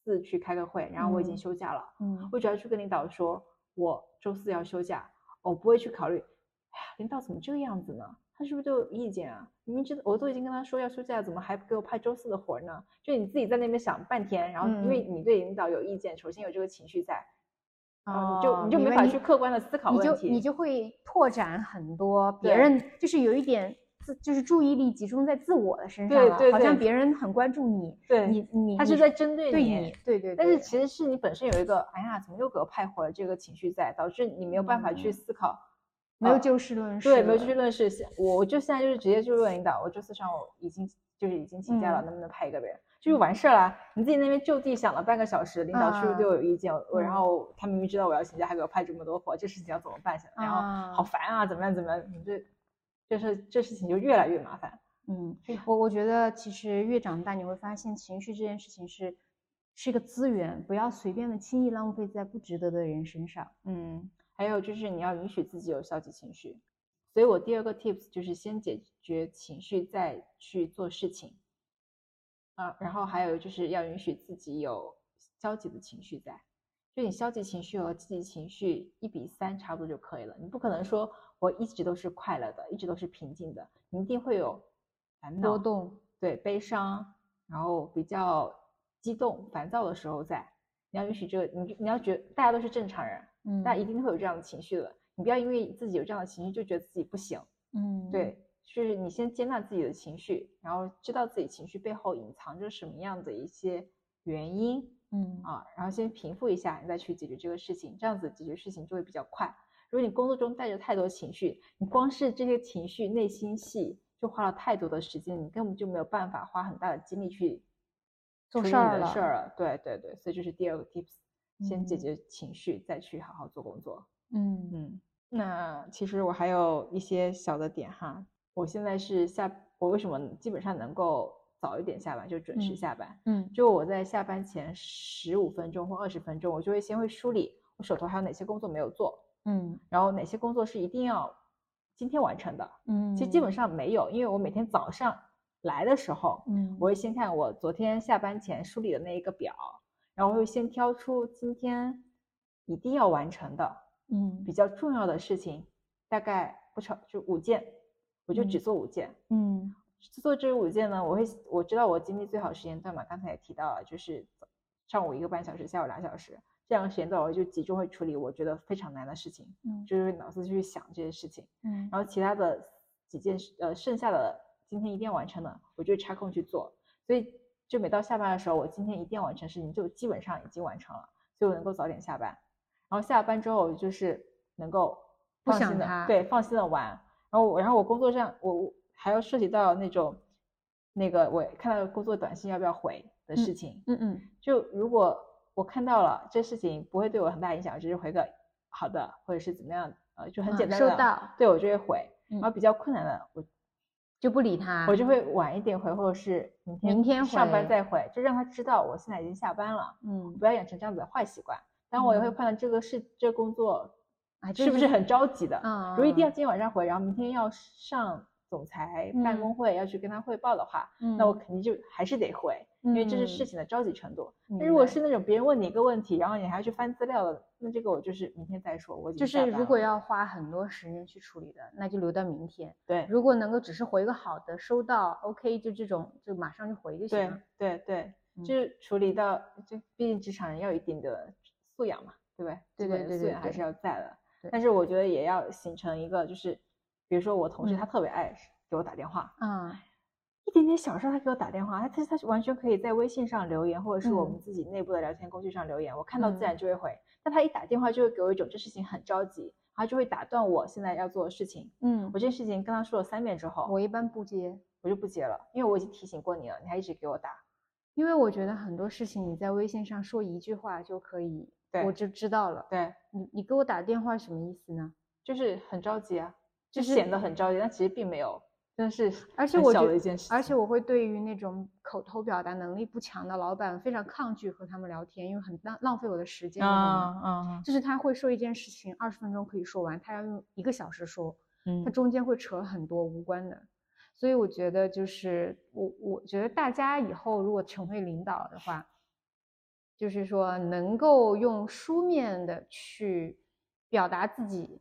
S1: 四去开个会，然后我已经
S2: 嗯
S1: 休假了，
S2: 嗯
S1: 我只要去跟领导说我周四要休假，我不会去考虑，哎呀，领导怎么这个样子呢？他是不是对我有意见啊？明明知道我都已经跟他说要休假，怎么还给我派周四的活儿呢？就你自己在那边想半天，然后因
S2: 嗯
S1: 为你对领导有意见，首先有这个情绪在，然后嗯你就、
S2: 哦
S1: 你就
S2: 明
S1: 没
S2: 白
S1: 法
S2: 你
S1: 去客观的思考
S2: 你
S1: 问
S2: 就
S1: 题，
S2: 你就会拓展很多别
S1: 对
S2: 人，就是有一点自，就是注意力集中在自我的身上
S1: 对
S2: 了，
S1: 对
S2: 好像
S1: 对
S2: 别人很关注你，
S1: 对
S2: 你你
S1: 他是
S2: 你
S1: 在针对
S2: 对
S1: 你
S2: 你，对对，
S1: 但是
S2: 对
S1: 其实是你本身有一个哎呀，怎么又给我派活了这个情绪在，导致你没有办法去
S2: 嗯
S1: 思考。
S2: 没有
S1: 呃
S2: 就事论事了，
S1: 对，没有就事论事。现我我就现在就是直接就问领导，我周四上午已经就是已经请假了，
S2: 嗯
S1: 能不能派一个人？就是完事儿啦。你自己那边就地想了半个小时，领导是不是对我有意见？我然
S2: 嗯
S1: 后他明明知道我要请假，还给我派这么多活，这事情要怎么办？想然后好
S2: 啊
S1: 烦啊，怎么样怎么样？你这这事这事情就越来越麻烦。
S2: 嗯，我我觉得其实越长大，你会发现情绪这件事情是是个资源，不要随便的轻易浪费在不值得的人身上。
S1: 嗯，还有就是你要允许自己有消极情绪，所以我第二个 tips 就是先解决情绪，再去做事情。啊，然后还有就是要允许自己有消极的情绪在，就你消极情绪和积极情绪一比三差不多就可以了。你不可能说我一直都是快乐的，一直都是平静的，你一定会有烦恼
S2: 波、动，
S1: 对悲伤，然后比较激动、烦躁的时候在。你要允许这个，你你要觉大家都是正常人，
S2: 嗯，
S1: 那一定会有这样的情绪的。你不要因为自己有这样的情绪就觉得自己不行，
S2: 嗯，
S1: 对，就是你先接纳自己的情绪，然后知道自己情绪背后隐藏着什么样的一些原因
S2: 嗯
S1: 啊，然后先平复一下，你再去解决这个事情，这样子解决事情就会比较快。如果你工作中带着太多情绪，你光是这些情绪内心戏就花了太多的时间，你根本就没有办法花很大的精力去
S2: 做
S1: 处理
S2: 事
S1: 你
S2: 儿
S1: 的
S2: 了
S1: 事儿了。对对对，所以这是第二个 tips，先解
S2: 嗯
S1: 决情绪，再去好好做工作。
S2: 嗯
S1: 嗯，那其实我还有一些小的点哈。我现在是下，我为什么基本上能够早一点下班，就准时
S2: 嗯
S1: 下班。
S2: 嗯
S1: 就我在下班前十五分钟或二十分钟，我就会先会梳理我手头还有哪些工作没有做，
S2: 嗯
S1: 然后哪些工作是一定要今天完成的。
S2: 嗯，
S1: 其实基本上没有，因为我每天早上来的时候，
S2: 嗯，
S1: 我会先看我昨天下班前梳理的那一个表，然后会先挑出今天一定要完成的。
S2: 嗯
S1: 比较重要的事情，大概不超就五件，我就只
S2: 嗯
S1: 做五件。
S2: 嗯
S1: 做这五件呢，我会我知道我精力最好时间段嘛，刚才也提到了，就是上午一个半小时，下午两小时，这两个时间段我就集中会处理我觉得非常难的事情，
S2: 嗯
S1: 就是脑子去想这些事情，
S2: 嗯
S1: 然后其他的几件事呃剩下的今天一定要完成的，我就插空去做，所以就每到下班的时候，我今天一定要完成的事情就基本上已经完成了，所以我能够早点下班，然后下班之后我就是能够
S2: 不
S1: 放
S2: 想
S1: 心的
S2: 它
S1: 对放心的玩，然后我，然后我工作上，我我还要涉及到那种，那个我看到工作短信要不要回的事情。
S2: 嗯嗯
S1: 就如果我看到了这事情不会对我很大影响，只是回个好的或者是怎么样，呃，就很
S2: 嗯
S1: 简单
S2: 收
S1: 的，
S2: 到
S1: 对我就会回。
S2: 嗯
S1: 然后比较困难的，我
S2: 就不理他，
S1: 我就会晚一点回，或者是明天
S2: 明天
S1: 上班
S2: 回
S1: 再回，就让他知道我现在已经下班了，
S2: 嗯
S1: 不要养成这样子的坏习惯。但我也会
S2: 嗯
S1: 判断这个事，这工作
S2: 啊
S1: 是不是很着急的？
S2: 啊
S1: 如果一定要今天晚上回，然后明天要上总裁办公
S2: 嗯
S1: 会，要去跟他汇报的话，那我
S2: 嗯
S1: 肯定就还是得回，因为这是事
S2: 嗯
S1: 情的着急程度。那
S2: 明
S1: 如果
S2: 白
S1: 是那种别人问你一个问题，然后你还要去翻资料的，那这个我就是明天再说。我已
S2: 就
S1: 经下
S2: 是
S1: 班
S2: 如果
S1: 了
S2: 要花很多时间去处理的，那就留到明天。
S1: 对
S2: 如果能够只是回个好的，收到 OK，就这种就马上就回就行
S1: 对
S2: 了。
S1: 对对，
S2: 嗯
S1: 就是处理到，这毕竟职场人要有一定的素养嘛，对不对？
S2: 对
S1: 基本
S2: 对
S1: 的
S2: 对
S1: 素
S2: 对
S1: 养还
S2: 对
S1: 是要在的。
S2: 对
S1: 但是我觉得也要形成一个，就是比如说我同事
S2: 嗯
S1: 他特别爱给我打电话，
S2: 啊，
S1: 一点点小事，他给我打电话，他其实他完全可以在微信上留言，或者是我
S2: 嗯
S1: 们自己内部的聊天工具上留言，我看到自然就会回。但他一打电话就会给我一种这事情很着急，他就会打断我现在要做的事情。
S5: 嗯，
S1: 我这件事情跟他说了三遍之后，
S2: 我一般不接，
S1: 我就不接了，因为我已经提醒过你了，你还一直给我打。
S2: 因为我觉得很多事情你在微信上说一句话就可以，
S1: 对
S2: 我就知道了。
S1: 对，
S2: 你你给我打电话什么意思呢？
S1: 就是很着急啊，就
S2: 就是
S1: 显得很着急，但其实并没有，真的是
S2: 而且
S1: 很
S2: 我
S1: 小
S2: 觉
S1: 的
S2: 得
S1: 一件事情。
S2: 而且我会对于那种口头表达能力不强的老板非常抗拒和他们聊天，因为很浪浪费我的时间。你懂吗
S1: 嗯嗯
S2: 就是他会说一件事情二十分钟可以说完，他要用一个小时说，
S1: 嗯
S2: 它中间会扯很多无关的。所以我觉得就是我我觉得大家以后如果成为领导的话，就是说能够用书面的去表达自己，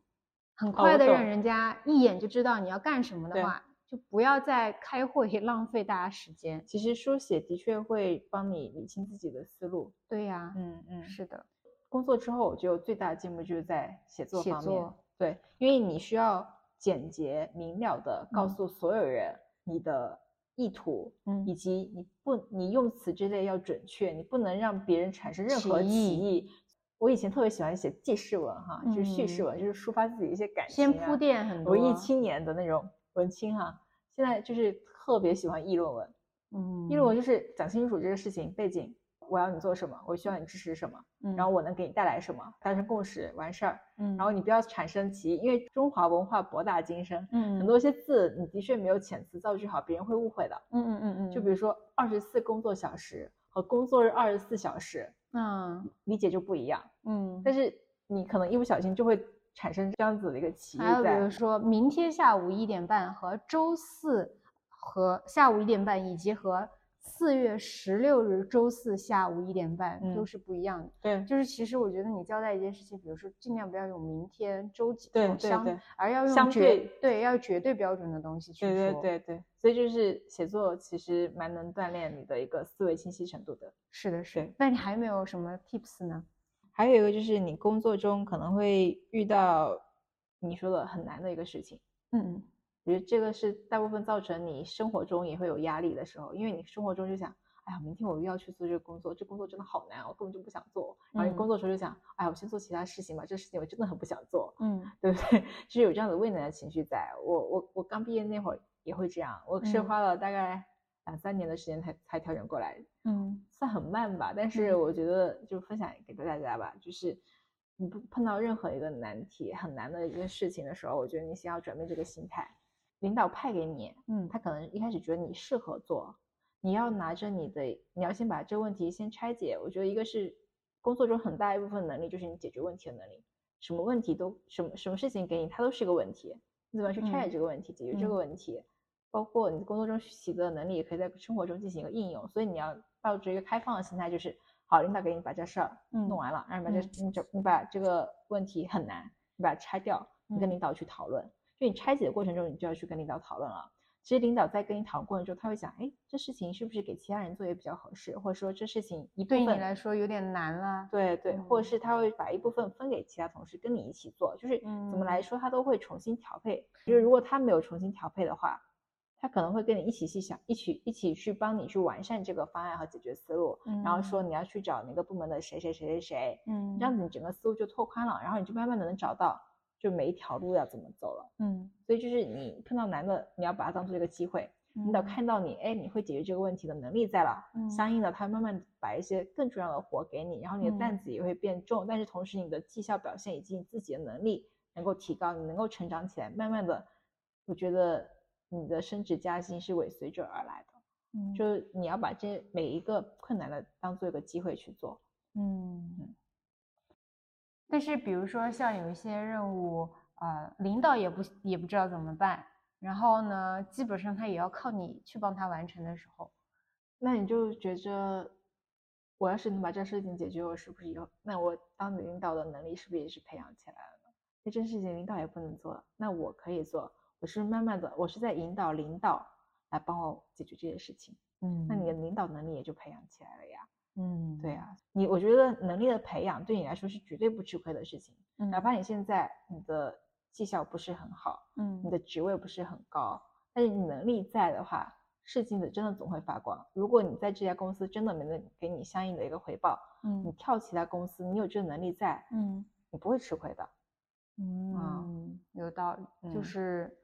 S2: 很快
S1: 哦我
S2: 的让
S1: 懂
S2: 人家一眼就知道你要干什么的
S1: 对
S2: 话，就不要再开会 浪费大家时间。
S1: 其实书写的确会帮你理清自己的思路。
S2: 对呀、
S1: 嗯嗯
S2: 是的，
S1: 工作之后，我觉得最大的进步就是在写作
S2: 写
S1: 方面
S2: 作。
S1: 对，因为你需要简洁明了的告
S2: 嗯
S1: 诉所有人你的意图，
S2: 嗯
S1: 以及你不你用词之类要准确，你不能让别人产生任何
S2: 歧
S1: 歧
S2: 义
S1: 义。我以前特别喜欢写记事文哈，就是叙事
S2: 嗯
S1: 文，就是抒发自己一些感情、啊。
S2: 先铺垫很多。
S1: 文艺青年的那种文青哈，现在就是特别喜欢议论文。
S2: 嗯，
S1: 议论文就是讲清楚这个事情背景，我要你做什么，我需要你支持什么，
S2: 嗯，
S1: 然后我能给你带来什么，达成共识完事儿。
S2: 嗯，
S1: 然后你不要产生歧义，因为中华文化博大精深，
S2: 嗯
S1: 很多一些字你的确没有遣词造句好，别人会误会的。
S2: 嗯嗯嗯嗯，
S1: 就比如说二十四工作小时和工作日二十四小时，
S2: 嗯
S1: 理解就不一样。
S2: 嗯，
S1: 但是你可能一不小心就会产生这样子的一个歧义
S2: 还有比如
S1: 在。
S2: 说明天下午一点半和周四和下午一点半，以及和四月十六日周四下午一点半
S1: 嗯
S2: 都是不一样的。
S1: 对
S2: 就是其实我觉得你交代一件事情，比如说尽量不要用明天、周几
S1: 对
S2: 这种
S1: 对
S2: 相
S1: 对
S2: 而要用
S1: 相
S2: 绝
S1: 对
S2: 要有绝对标准的东西去说。
S1: 对对，对对，所以就是写作其实蛮能锻炼你的一个思维清晰程度的。
S2: 是的，是的
S1: 对。
S2: 那你还没有什么 tips 呢？
S1: 还有一个就是你工作中可能会遇到你说的很难的一个事情，
S2: 嗯
S1: 我觉得这个是大部分造成你生活中也会有压力的时候，因为你生活中就想，哎呀，明天我又要去做这个工作，这工作真的好难啊，我根本就不想做。然后你工
S2: 嗯
S1: 作的时候就想，哎呀，我先做其他事情吧，这事情我真的很不想做。
S2: 嗯
S1: 对不对？ 就是有这样的畏难的情绪在。我我我刚毕业那会儿也会这样，我是
S2: 嗯
S1: 花了大概两三年的时间才才调整过来，
S2: 嗯
S1: 算很慢吧。但是
S2: 嗯
S1: 我觉得就分享给大家吧，就是你不碰到任何一个难题、很难的一个事情的时候，我觉得你先要转变这个心态。领导派给你，
S2: 嗯，
S1: 他可能一开始觉得你适合做，你要拿着你的，你要先把这个问题先拆解。我觉得一个是工作中很大一部分能力就是你解决问题的能力，什么问题都什么什么事情给你，它都是个问题，你怎么样去拆解这个问题，解决这
S2: 嗯
S1: 个问题，包括你工作中学习的能力，也可以在生活中进行一个应用。所以你要抱着一个开放的心态，就是好，领导给你把这事儿弄
S2: 嗯
S1: 完了，让你把这、你这你把这个问题很难，你把它拆掉，你跟
S2: 嗯
S1: 领导去讨论。就你拆解的过程中，你就要去跟领导讨论了。其实领导在跟你讨论过程中，他会想，哎，这事情是不是给其他人做也比较合适，或者说这事情一部
S2: 对
S1: 分
S2: 你来说有点难了。
S1: 对对，或者
S2: 嗯
S1: 是他会把一部分分给其他同事跟你一起做，就是怎么来
S2: 嗯
S1: 说，他都会重新调配。就是如果他没有重新调配的话，他可能会跟你一起去想，一起一起去帮你去完善这个方案和解决思路，然后说你要去找哪个部门的谁谁谁谁谁，
S2: 嗯，
S1: 这样子你整个思路就拓宽了，然后你就慢慢的能找到就每一条路要怎么走了。
S2: 嗯，
S1: 所以就是你碰到难的，你要把它当做一个机会，领导
S2: 嗯
S1: 看到你，哎，你会解决这个问题的能力在了，相应的他慢慢地把一些更重要的活给你，然后你的担
S2: 嗯
S1: 子也会变重，但是同时你的绩效表现以及你自己的能力能够提高，你能够成长起来，慢慢的，我觉得你的升职加薪是尾随着而来的，
S2: 嗯
S1: 就是你要把这每一个困难的当做一个机会去做，
S2: 嗯，但是比如说像有一些任务，呃，领导也不也不知道怎么办，然后呢，基本上他也要靠你去帮他完成的时候，
S1: 那你就觉着。我要是能把这事情解决，我是不是以后那我当领导的能力是不是也是培养起来了呢？那这事情领导也不能做，那我可以做。我是慢慢的，我是在引导领导来帮我解决这些事情，
S2: 嗯
S1: 那你的领导能力也就培养起来了呀。
S2: 嗯，
S1: 对，啊，你我觉得能力的培养对你来说是绝对不吃亏的事情，
S2: 嗯
S1: 哪怕你现在你的绩效不是很好，
S2: 嗯
S1: 你的职位不是很高，但是你能力在的话，是金子真的总会发光。如果你在这家公司真的没能给你相应的一个回报，
S2: 嗯
S1: 你跳其他公司，你有这个能力在，
S2: 嗯
S1: 你不会吃亏的。啊
S2: 嗯，有道理，就
S1: 嗯
S2: 是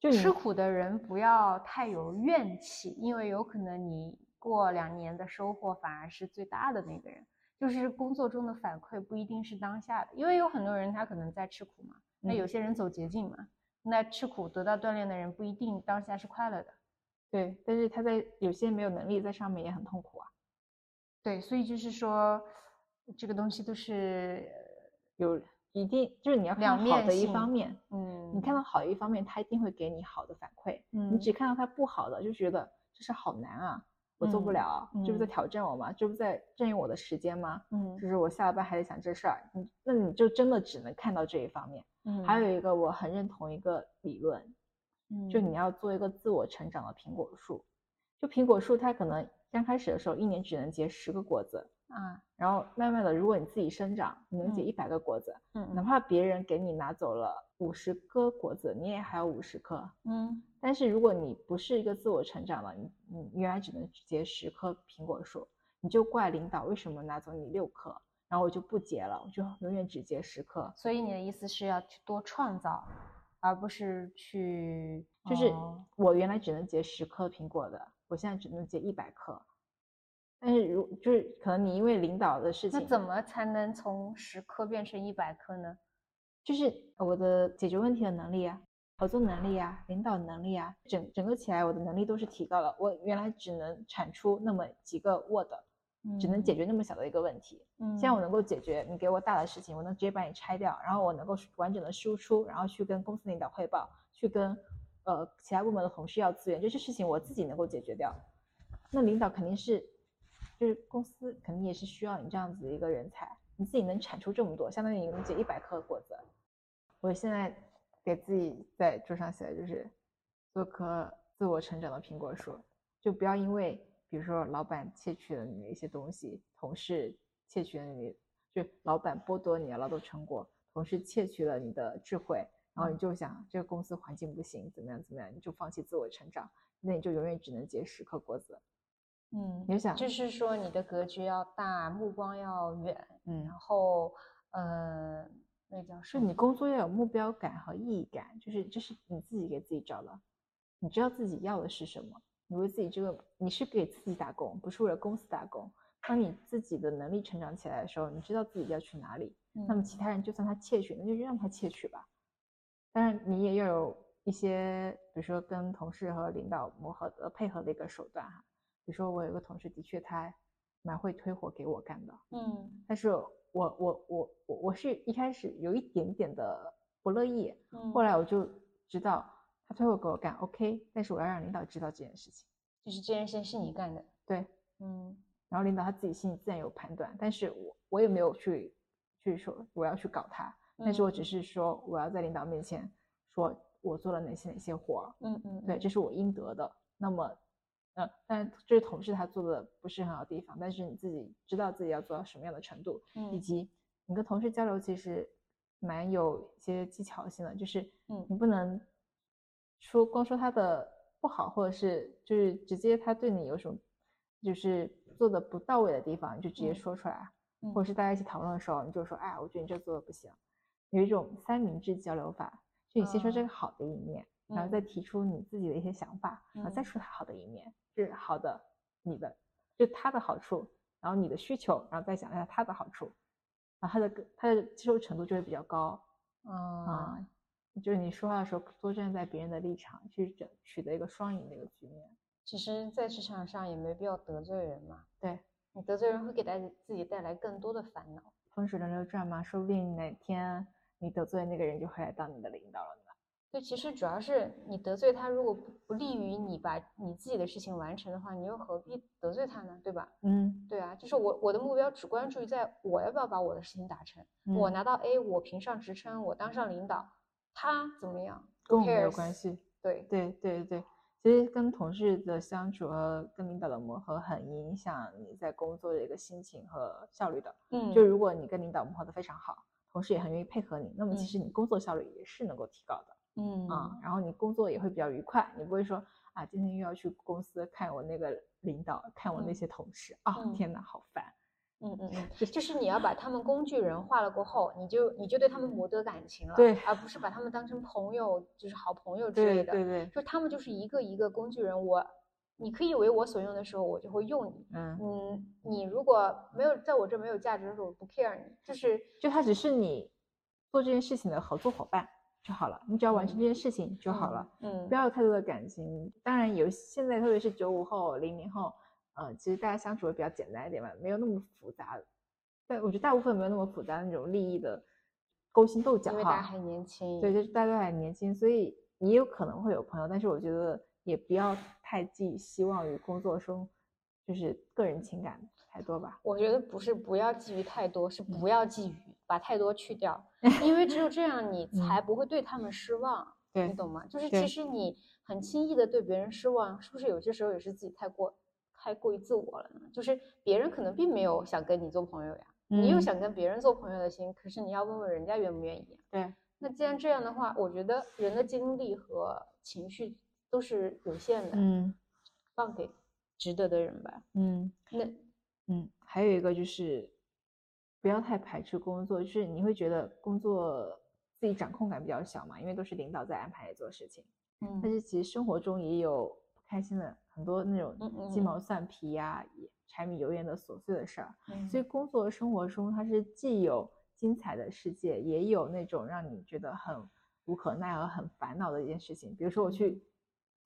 S1: 就你
S2: 吃苦的人不要太有怨气，因为有可能你过两年的收获反而是最大的那个人。就是工作中的反馈不一定是当下的，因为有很多人他可能在吃苦嘛，那
S1: 嗯
S2: 有些人走捷径嘛，那吃苦得到锻炼的人不一定当下是快乐的。
S1: 对，但是他在有些没有能力在上面也很痛苦啊。
S2: 对，所以就是说，这个东西都是
S1: 有一定就是你要看
S2: 两
S1: 到好
S2: 面
S1: 的一
S2: 性
S1: 方面，
S2: 嗯，
S1: 你看到好的一方面，他一定会给你好的反馈。
S2: 嗯，
S1: 你只看到他不好的，就觉得这事好难啊，我做不
S2: 嗯
S1: 了啊，这不在
S2: 嗯
S1: 挑战我吗？这不在占用我的时间吗？
S2: 嗯
S1: 就是我下了班还得想这事儿，你那你就真的只能看到这一方面。
S2: 嗯
S1: 还有一个我很认同一个理论，就
S2: 嗯
S1: 你要做一个自我成长的苹果树。就苹果树，它可能刚开始的时候一年只能结十个果子，
S2: 啊，
S1: 然后慢慢的，如果你自己生长，你能结
S2: 嗯
S1: 一百个果子，
S2: 嗯
S1: 哪怕别人给你拿走了五十颗果子，你也还有五十颗。
S2: 嗯
S1: 但是如果你不是一个自我成长的，你你原来只能结十棵苹果树，你就怪领导为什么拿走你六棵，然后我就不结了，我就永远只结十棵。
S2: 所以你的意思是要去多创造，而不是去
S1: 就是
S2: 哦
S1: 我原来只能结十颗苹果的，我现在只能结一百颗。但是如就是可能你因为领导的事情，
S2: 那怎么才能从十颗变成一百颗呢？
S1: 就是我的解决问题的能力啊，合作能力啊，领导能力啊，整整个起来我的能力都是提高了。我原来只能产出那么几个 Word，只能解决那么小的一个问题。
S2: 嗯，
S1: 现在我能够解决你给我大的事情，我能直接把你拆掉，然后我能够完整的输出，然后去跟公司领导汇报，去跟呃其他部门的同事要资源，这些事情我自己能够解决掉。那领导肯定是，就是公司肯定也是需要你这样子的一个人才，你自己能产出这么多，相当于你能解一百颗果子。我现在给自己在桌上写的就是做棵自我成长的苹果树。就不要因为比如说老板窃取了你的一些东西，同事窃取了你，就老板剥夺你的劳动成果，同事窃取了你的智慧，然后你就想这个公司环境不行，怎么样怎么样，你就放弃自我成长，那你就永远只能结十颗果子。
S2: 嗯，
S1: 你就想，
S2: 就是说你的格局要大，目光要远，
S1: 嗯
S2: 然，后呃，那叫
S1: 就
S2: 什
S1: 你
S2: 么？
S1: 工作要有目标感和意义感，就是这是你自己给自己找的，你知道自己要的是什么，你为自己这个你是给自己打工，不是为了公司打工。当你自己的能力成长起来的时候，你知道自己要去哪里，那么
S2: 嗯
S1: 其他人就算他窃取，那就让他窃取吧。当然，你也要有一些，比如说跟同事和领导磨合的配合的一个手段哈。比如说，我有一个同事，的确他蛮会推活给我干的，
S2: 嗯
S1: 但是我我我我我是一开始有一点点的不乐意，
S2: 嗯，
S1: 后来我就知道他推我给我干 OK，但是我要让领导知道这件事情。
S2: 就是这件事情是你干的，
S1: 对，
S2: 嗯
S1: 然后领导他自己心里自然有判断，但是我我也没有去去说我要去搞他，但是我只
S2: 嗯
S1: 是说我要在领导面前说我做了哪些哪些活儿，
S2: 嗯嗯，
S1: 对，这是我应得的。那么，呃，当然这是同事他做的不是很好的地方，但是你自己知道自己要做到什么样的程度，以
S2: 嗯
S1: 及你跟同事交流其实蛮有一些技巧性的，就是
S2: 嗯
S1: 你不能说光说他的不好，或者是就是直接他对你有什么就是做的不到位的地方，你就直接
S2: 嗯
S1: 说出来，
S2: 嗯
S1: 或者是大家一起讨论的时候，你就说，哎，我觉得你这做的不行，有一种三明治交流法，就你先说这
S2: 啊
S1: 个好的一面，然后再提出你自己的一些想法，然后再
S2: 嗯
S1: 说他好的一面，就是好的，你的就他的好处，然后你的需求，然后再想一下他的好处，然后他的个他的接受程度就会比较高啊、
S2: 啊，
S1: 就是你说话的时候多站在别人的立场去整取得一个双赢的一个局面。
S2: 其实，在职场上也没必要得罪人嘛。
S1: 对，
S2: 你得罪人会给带自己带来更多的烦恼。
S1: 风水轮流转嘛，说不定哪天你得罪的那个人就会来当你的领导了呢。
S2: 对，其实主要是你得罪他，如果不不利于你把你自己的事情完成的话，你又何必得罪他呢？对吧？
S1: 嗯，
S2: 对啊，就是我我的目标只关注于在我要不要把我的事情达成，我
S1: 嗯
S2: 拿到 A，我评上职称，我当上领导，他怎么样
S1: 跟
S2: ？Who
S1: 我没有
S2: cares？
S1: 关系。
S2: 对，
S1: 对对对，其实跟同事的相处和跟领导的磨合很影响你在工作的一个心情和效率的。
S2: 嗯，
S1: 就如果你跟领导磨合的非常好，同事也很愿意配合你，那么其
S2: 嗯
S1: 实你工作效率也是能够提高的
S2: 嗯
S1: 啊、然后你工作也会比较愉快，你不会说啊，今天又要去公司看我那个领导，看我那
S2: 嗯
S1: 些同事啊，
S2: 嗯
S1: 天哪，好烦。
S2: 嗯嗯嗯，就是你要把他们工具人化了过后，你就你就对他们磨得感情了，
S1: 嗯对
S2: 而不是把他们当成朋友，就是好朋友之
S1: 对
S2: 类的。
S1: 对对，
S2: 就他们就是一个一个工具人，我你可以为我所用的时候，我就会用你。
S1: 嗯，
S2: 嗯，你如果没有在我这没有价值的时候，我不 care 你，就是
S1: 就他只是你做这件事情的合作伙伴就好了，你只要完成这件事情就好了。
S2: 嗯
S1: 不要有太多的感情。当然有，现在特别是九五后、零零后，呃，其实大家相处会比较简单一点嘛，没有那么复杂。但我觉得大部分没有那么复杂的那种利益的勾心斗角
S2: 因为大
S1: 哈。
S2: 家还年轻，
S1: 对，就是大家都还年轻，所以你有可能会有朋友，但是我觉得也不要太寄希望于工作中，就是个人情感太多吧。
S2: 我觉得不是不要觊觎太多，是
S1: 嗯
S2: 不要觊觎，把太多 去掉，因为只有这样，你
S1: 嗯
S2: 才不会对他们失望，你
S1: 对，
S2: 懂吗？就是
S1: 对
S2: 其实你很轻易的对别人失望，是不是有些时候也是自己太过太过于自我了呢？就是别人可能并没有想跟你做朋友呀，你有
S1: 嗯
S2: 想跟别人做朋友的心，可是你要问问人家愿不愿意呀。啊
S1: 对，
S2: 那既然这样的话，我觉得人的精力和情绪都是有限的，
S1: 嗯
S2: 放给值得的人吧。
S1: 嗯。
S2: 那
S1: 嗯，还有一个就是不要太排斥工作，就是你会觉得工作自己掌控感比较小嘛，因为都是领导在安排你做事情。但
S2: 嗯
S1: 是其实生活中也有不开心的很多那
S2: 嗯
S1: 种
S2: 嗯
S1: 鸡
S2: 嗯
S1: 毛蒜皮呀、也柴米油盐的琐碎的事儿。
S2: 嗯
S1: 所以工作生活中，它是既有精彩的世界，也有那种让你觉得很无可奈何、很烦恼的一件事情。比如说我去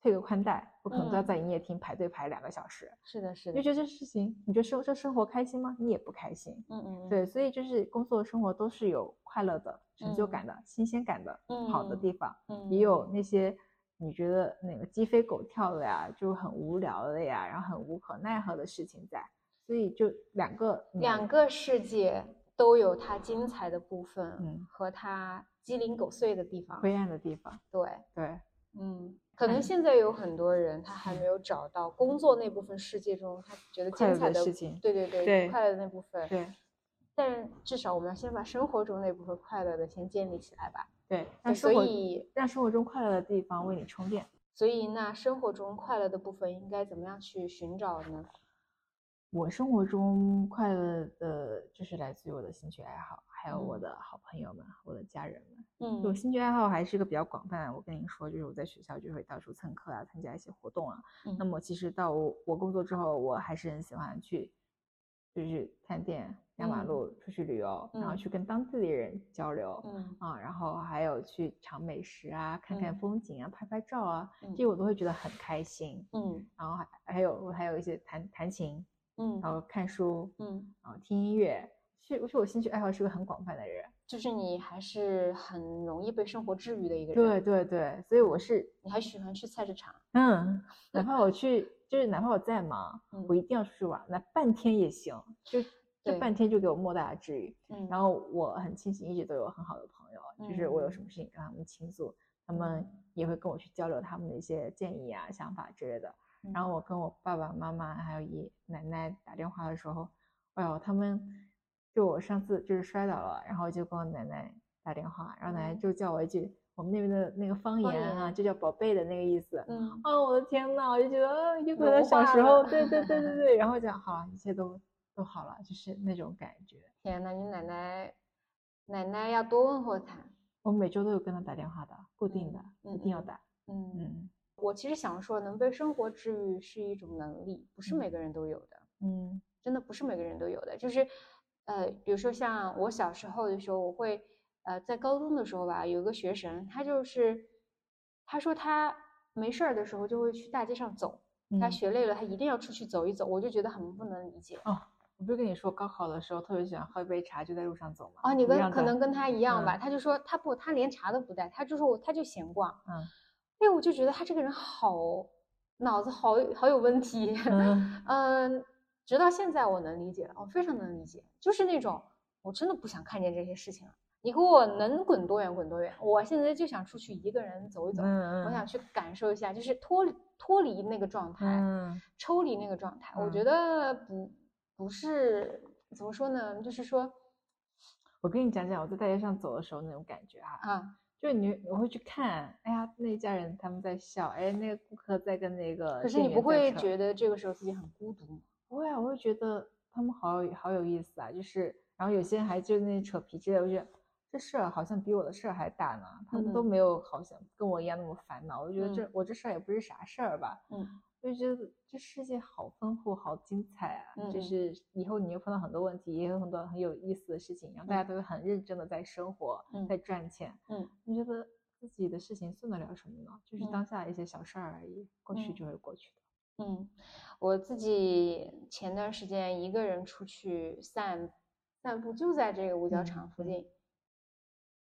S1: 退个宽带，我可能都要
S2: 嗯
S1: 在营业厅排队排两个小时。
S2: 是的，是
S1: 就
S2: 的，
S1: 觉得这事情，你觉得生这生活开心吗？你也不开心。
S2: 嗯嗯，嗯，
S1: 对，所以就是工作生活都是有快乐的、成就
S2: 嗯
S1: 感的、新鲜感的、好的
S2: 嗯
S1: 地方，
S2: 嗯
S1: 也有那些你觉得那个鸡飞狗跳的呀，就很无聊的呀，然后很无可奈何的事情在。所以就两个
S2: 两
S1: 嗯
S2: 个世界都有它精彩的部分，
S1: 嗯
S2: 和它鸡零狗碎的地方。
S1: 灰暗的地方，
S2: 对，
S1: 对，
S2: 嗯，可
S1: 哎
S2: 能现在有很多人他还没有找到工作那部分世界中他觉得
S1: 嗯快
S2: 精
S1: 乐
S2: 彩
S1: 的
S2: 的
S1: 事情，
S2: 对对对，
S6: 对
S2: 快乐的那部分。
S1: 对
S2: 但至少我们要先把生活中那部分快乐的先建立起来吧。
S1: 对，
S2: 对
S1: 让
S2: 所
S1: 生活
S2: 以，
S1: 让生活中快乐的地方为你充电。
S2: 所以那生活中快乐的部分应该怎么样去寻找呢？
S1: 我生活中快乐的，就是来自于我的兴趣爱好，还有我
S2: 嗯
S1: 的好朋友们，我的家人们。
S2: 嗯
S1: 我兴趣爱好还是一个比较广泛的。我跟你说，就是我在学校就会到处蹭课啊，参加一些活动啊。那
S2: 嗯
S1: 么其实到我我工作之后，我还是很喜欢去，就是探店、压马
S2: 嗯
S1: 路、出去旅游，然后
S2: 嗯
S1: 去跟当地的人交流。
S2: 嗯
S1: 啊，然后还有去尝美食啊，看看
S2: 嗯
S1: 风景啊，拍拍照啊，这
S2: 嗯
S1: 些我都会觉得很开心。
S2: 嗯
S1: 然后还还有我还有一些弹弹琴，
S2: 嗯
S1: 然后看书，
S2: 嗯，
S1: 然后听音乐。是，我觉得我兴趣爱好是个很广泛的人。
S2: 就是你还是很容易被生活治愈的一个
S1: 对
S2: 人。，
S1: 对对，所以我是，
S2: 你还喜欢去菜市场。
S1: 嗯， 哪怕我去，就是哪怕我再忙，我一
S2: 嗯
S1: 定要出去玩，哪半天也行，就这
S2: 对
S1: 半天就给我莫大的治愈。
S2: 嗯，
S1: 然后我很庆幸一直都有很好的朋友，就是我有
S2: 嗯
S1: 什么事情跟他们倾诉，他们也会跟我去交流他们的一些建议啊、想法之类的。
S2: 嗯
S1: 然后我跟我爸爸妈妈还有爷奶奶打电话的时候，哎呦，他们就我上次就是摔倒了，然后就跟我奶奶打电话，然后奶奶
S2: 嗯
S1: 就叫我一句我们那边的那个方
S2: 方
S1: 言啊，
S2: 言
S1: 就叫宝贝的那个意思。
S2: 嗯
S1: 啊，我的天呐，我就觉得啊又回
S2: 融
S1: 到小
S2: 化
S1: 时
S2: 了
S1: 候， 对对对对对，然后讲好了，一切都都好了，就是那种感觉。
S2: 天呐，你奶奶奶奶要多问候他。
S1: 我每周都有跟他打电话的，固定的，
S2: 嗯
S1: 一定要
S2: 嗯
S1: 打。
S2: 嗯，
S1: 嗯
S2: 我其实想说，能被生活治愈是一种能力，不是
S1: 嗯
S2: 每个人都有的。
S1: 嗯
S2: 真的不是每个人都有的。就是，呃，比如说像我小时候的时候，我会，呃，在高中的时候吧，有一个学生，他就是，他说他没事儿的时候就会去大街上走，他
S1: 嗯
S2: 学累了，他一定要出去走一走，我就觉得很不能理解。
S1: 我不是跟你说高考的时候特别喜欢喝一杯茶，就在路上走嘛。
S2: 哦，你
S1: 一
S2: 跟
S1: 样
S2: 可
S1: 的
S2: 能跟他一样吧，
S1: 嗯
S2: 他就说他不，他连茶都不带，他就说我他就闲逛。
S1: 嗯，
S2: 哎，我就觉得他这个人好，脑子好好有问题。
S1: 嗯
S2: 嗯，直到现在我能理解了，我哦非常能理解，就是那种我真的不想看见这些事情了。你给我能滚多远滚多远，我现在就想出去一个人走一走，
S1: 嗯
S2: 我
S1: 嗯
S2: 想去感受一下，就是脱离脱离那个状态，
S1: 嗯
S2: 抽离那个状态。我觉
S1: 嗯
S2: 得不不是怎么说呢，就是说
S1: 我跟你讲讲我在大街上走的时候那种感觉哈、
S2: 啊，
S1: 就你我会去看，哎呀，那一家人他们在笑，哎，那个顾客在跟那个
S2: 可是
S1: 店
S2: 你
S1: 员
S2: 不
S1: 在
S2: 会
S1: 扯
S2: 觉得这个时候自己很孤独吗？
S1: 不会啊，我会觉得他们好有好有意思啊，就是然后有些人还就那扯皮之类的，我觉得这事儿好像比我的事儿还大呢，他们都
S2: 嗯
S1: 没有好像跟我一样那么烦恼，我就觉得这、
S2: 嗯
S1: 我这事儿也不是啥事儿吧，
S2: 嗯，
S1: 我就觉得这世界好丰富，好精彩啊，
S2: 嗯
S1: 就
S2: 嗯
S1: 是以后你会碰到很多问题，也有很多很有意思的事情，然后大家都会很认真的在生活，
S2: 嗯
S1: 在赚钱，
S2: 嗯，
S1: 你觉得自己的事情算得了什么呢？就是
S2: 嗯
S1: 当下一些小事儿而已，过去
S2: 嗯
S1: 就会过去的。
S2: 嗯，我自己前段时间一个人出去散散步，就在这个
S1: 嗯
S2: 五角场附近。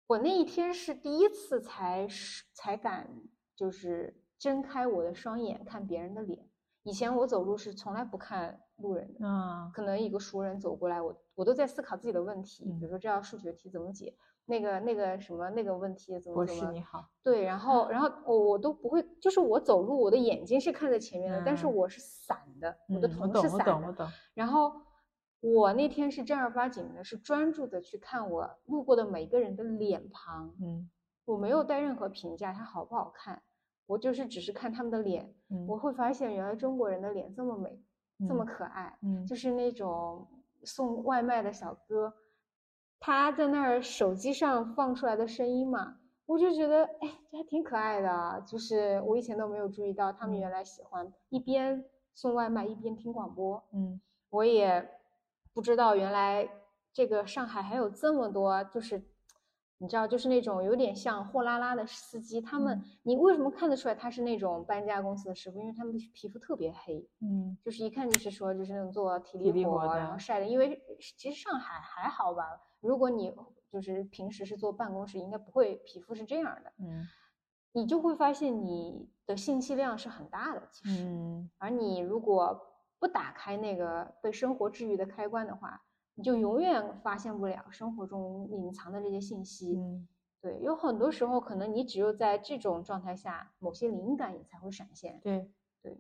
S2: 我那一天是第一次才是才敢，就是睁开我的双眼看别人的脸。以前我走路是从来不看路人的，
S1: 嗯
S2: 可能一个熟人走过来，我我都在思考自己的问题，比如
S1: 嗯
S2: 说这道数学题怎么解，那个那个什么那个问题怎么
S1: 博
S2: 怎
S1: 士
S2: 么。
S1: 你好，
S2: 对，然后
S1: 嗯
S2: 然后我我都不会，就是我走路，我的眼睛是看在前面的，但是
S1: 嗯
S2: 我是散的，我的
S1: 嗯
S2: 头
S1: 懂
S2: 是
S1: 我
S2: 散
S1: 懂我
S2: 的。
S1: 懂，
S2: 然后我那天是正儿八经的，是专注的去看我路过的每个人的脸庞，
S1: 嗯
S2: 我没有带任何评价，它好不好看，我就是只是看他们的脸，
S1: 嗯，
S2: 我会发现原来中国人的脸这么美，这么可爱，
S1: 嗯
S2: 就是那种送外卖的小哥，他在那儿手机上放出来的声音嘛，我就觉得哎，这还挺可爱的啊，就是我以前都没有注意到，他们
S1: 嗯
S2: 原来喜欢一边送外卖一边听广播，
S1: 嗯
S2: 我也不知道原来这个上海还有这么多，就是你知道，就是那种有点像货拉拉的司机，他
S1: 嗯
S2: 们、你为什么看得出来他是那种搬家公司的师傅？因为他们的皮肤特别黑，
S1: 嗯
S2: 就是一看就是说就是那种做体
S1: 体力
S2: 力活，
S1: 活
S2: 然
S1: 的
S2: 后晒的。因为其实上海还好吧，如果你就是平时是坐办公室，应该不会皮肤是这样的。
S1: 嗯
S2: 你就会发现你的信息量是很大的，其实。
S1: 嗯
S2: 而你如果不打开那个被生活治愈的开关的话，你就永远发现不了生活中隐藏的这些信息。
S1: 嗯
S2: 对，有很多时候可能你只有在这种状态下，某些灵感也才会闪现。
S1: 对
S2: 对，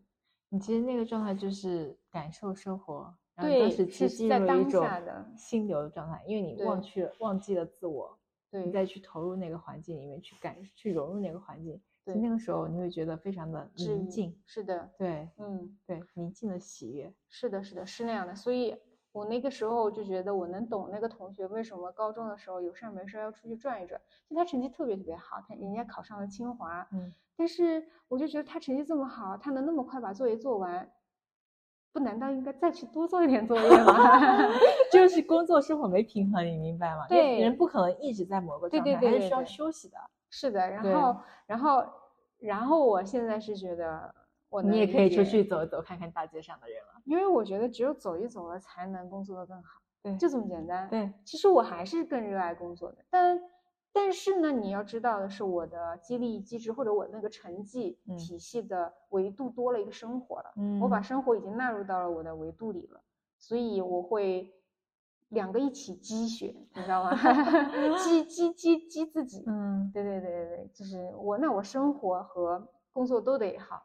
S1: 你其实那个状态就是感受生活，然后你当时
S2: 对，
S1: 其
S2: 是
S1: 实进
S2: 在
S1: 入了一
S2: 当
S1: 种
S2: 下的。
S1: 心流的状态，因为你
S2: 对
S1: 忘去了忘记了自我，你
S2: 对，
S1: 再去投入那个环境里面去感去融入那个环境，其实
S2: 对
S1: 那个时候你会觉得非常的
S2: 治
S1: 宁
S2: 愈
S1: 静，
S2: 是的，
S1: 对
S2: 嗯，
S1: 对，宁静的喜 悦，
S2: 是的，是的，是那样的。所以我那个时候就觉得我能懂那个同学为什么高中的时候有事儿没事儿要出去转一转，就他成绩特别特别好，他人家考上了清华，
S1: 嗯
S2: 但是我就觉得他成绩这么好，他能那么快把作业做完，不难道应该再去多做一点作业吗？
S1: 就是工作生活没平衡，你明白吗？因为人
S2: 对
S1: 不可能一直在某个
S2: 对
S1: 状
S2: 对
S1: 态，
S2: 对
S1: 还是
S2: 对
S1: 需要
S2: 对
S1: 休息的。
S2: 是的，然
S1: 对
S2: 后然后然后我现在是觉得我能
S1: 你也
S2: 理
S1: 可以出
S2: 解
S1: 去走一走，看看大街上的人了。
S2: 因为我觉得只有走一走了才能工作的更好，
S1: 对
S2: 就这么简单。
S1: 对，
S2: 其实我还是更热爱工作的，但但是呢，你要知道的是，我的激励机制或者我那个成绩
S1: 嗯
S2: 体系的维度多了一个生活了，
S1: 嗯
S2: 我把生活已经纳入到了我的维度里了，所以我会两个一起积雪，你知 道吗？ 积积积积自己，
S1: 嗯
S2: 对对对对对，就是我那我生活和工作都得好，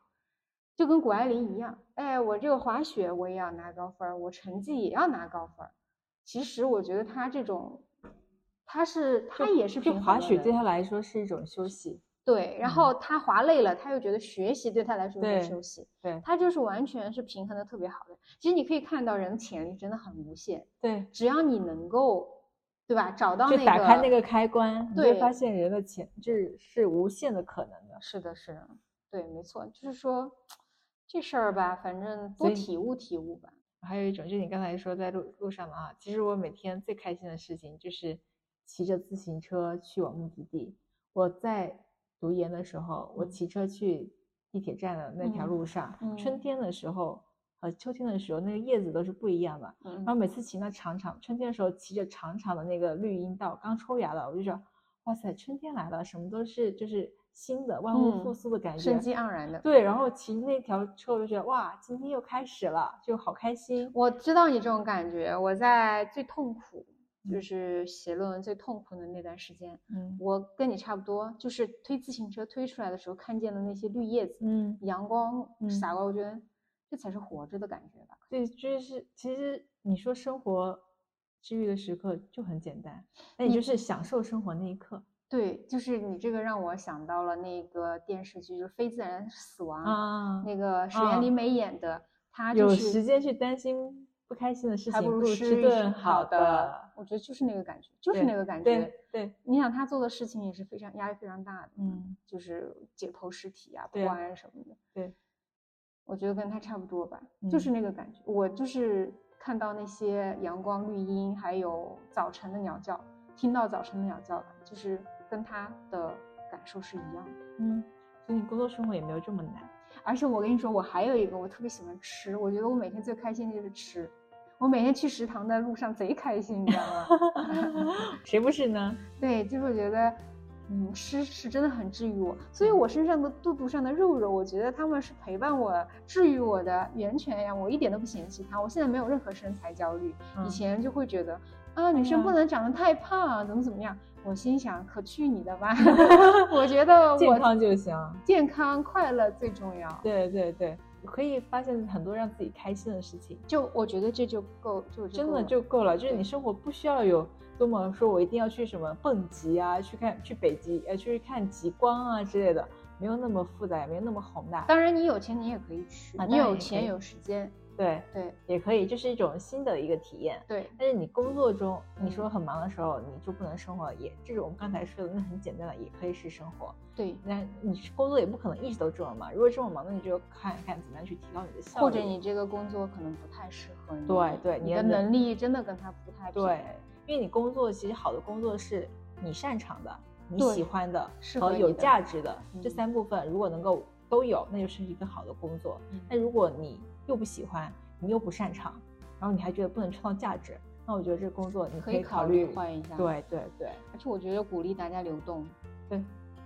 S2: 就跟谷爱凌一样，哎，我这个滑雪我也要拿高分儿，我成绩也要拿高分儿。其实我觉得他这种，他是他也是
S1: 就
S2: 平
S1: 滑
S2: 衡的
S1: 雪对
S2: 人
S1: 他来说是一种休息，
S2: 对，然
S1: 嗯
S2: 后他滑累了，他又觉得学习对他来说
S1: 对
S2: 是休息，
S1: 对
S2: 他就是完全是平衡的特别好的。其实你可以看到人潜力真的很无限，
S1: 对，
S2: 只要你能够，对吧？找到
S1: 就
S2: 那个，
S1: 打开那个开关，你就会
S2: 对
S1: 发现人的潜质是无限的可能的。
S2: 是的，是的，对，没错，就是说这事儿吧，反正
S1: 所
S2: 多
S1: 以
S2: 体悟体悟吧。
S1: 还有一种就是你刚才说在路路上的啊，其实我每天最开心的事情就是骑着自行车去往目的地。我在读研的时候，我
S2: 嗯
S1: 骑车去地铁站的那条
S2: 嗯
S1: 路上，春
S2: 嗯
S1: 天的时候和秋天的时候，那个叶子都是不一样的。
S2: 嗯
S1: 然后每次骑那长长，春天的时候骑着长长的那个绿荫道，刚抽芽了，我就说，哇塞，春天来了，什么都是就是新的，万物复
S2: 嗯
S1: 苏的感觉。
S2: 生机盎然的。
S1: 对，然后骑那条车，我就觉得哇，今天又开始了，就好开心。
S2: 我知道你这种感觉，我在最痛苦，就
S1: 嗯
S2: 是写论文最痛苦的那段时间，
S1: 嗯
S2: 我跟你差不多，就是推自行车推出来的时候看见的那些绿叶子，
S1: 嗯，
S2: 阳光
S1: 嗯
S2: 洒过来，我觉得这才是活着的感觉吧。
S1: 对，就是其实你说生活治愈的时刻就很简单，那你
S2: 你
S1: 就是享受生活那一刻。
S2: 对，就是你这个让我想到了那个电视剧，就是《非自然死亡》，
S1: 啊，
S2: 那个石原
S1: 啊
S2: 里美演的，她就
S1: 有
S2: 是
S1: 时间去担心不开心的事情，
S2: 还不如
S1: 吃
S2: 一
S1: 顿
S2: 好
S1: 的。。
S2: 我觉得就是那个感觉，就是
S1: 对
S2: 那个感
S1: 对
S2: 觉。
S1: 对，
S2: 你想他做的事情也是非常压力非常大的，
S1: 嗯，
S2: 就是解剖尸体啊、
S1: 对
S2: 破案什么的。
S1: 对，
S2: 我觉得跟他差不多吧，就是
S1: 嗯
S2: 那个感觉。我就是看到那些阳光、绿荫，还有早晨的鸟叫，听到早晨的鸟叫吧，就是跟他的感受是一样的。
S1: 嗯，所以你工作生活也没有这么难。
S2: 而且我跟你说，我还有一个我特别喜欢吃，我觉得我每天最开心的就是吃。我每天去食堂的路上贼开心，你知道吗？
S1: 谁不是呢？
S2: 对，就是我觉得，嗯，吃是真的很治愈我，所以
S1: 嗯
S2: 我身上的肚肚上的肉肉，我觉得他们是陪伴我、治愈我的源泉呀，我一点都不嫌弃它。我现在没有任何身材焦虑，以
S1: 嗯哎
S2: 前就会觉得啊，女生不
S1: 呀
S2: 能长得太胖啊，怎么怎么样。我心想，可去 你的吧！我觉得我
S1: 健康就行。
S2: 健康快乐最重要。
S1: 对对对，可以发现很多让自己开心的事情，
S2: 就我觉得这就够，就
S1: 真
S2: 够
S1: 的
S2: 了
S1: 就够了。就是
S2: 对
S1: 你生活不需要有多么说我一定要去什么蹦极啊，去看去北极呃去看极光啊之类的，没有那么复杂，也没有那么宏大。
S2: 当然，你有钱你也可以去，
S1: 啊
S2: 你
S1: 当然
S2: 有
S1: 也可
S2: 钱
S1: 以
S2: 有时间，
S1: 对，
S2: 对
S1: 也可以，就是一种新的一个体验。
S2: 对
S1: 但是你工作中，你
S2: 嗯
S1: 说很忙的时候，你就不能生活，也这是我们刚才说的，那很简单的，也可以是生活。
S2: 对，
S1: 那你工作也不可能一直都这么忙，如果这么忙，那你就看看怎么样去提高你的效率。
S2: 或者你这个工作可能不太适合你，
S1: 对对
S2: 你
S1: 你
S2: 的
S1: 的
S2: 能
S1: 能
S2: 力真的跟他不太匹
S1: 对
S2: 配，
S1: 因为你工作其实好的工作是你擅长的、你
S2: 对
S1: 喜欢的
S2: 适合
S1: 和
S2: 你
S1: 有
S2: 的
S1: 价值的这
S2: 嗯
S1: 三部分，如果能够都有，那就是一份好的工作。那如果你又不喜欢，你又不擅长，然后你还觉得不能创造价值，那我觉得这个工作你
S2: 可
S1: 以
S2: 以考
S1: 虑
S2: 虑换一下。，
S1: 对对对，
S2: 而且我觉得鼓励大家流动，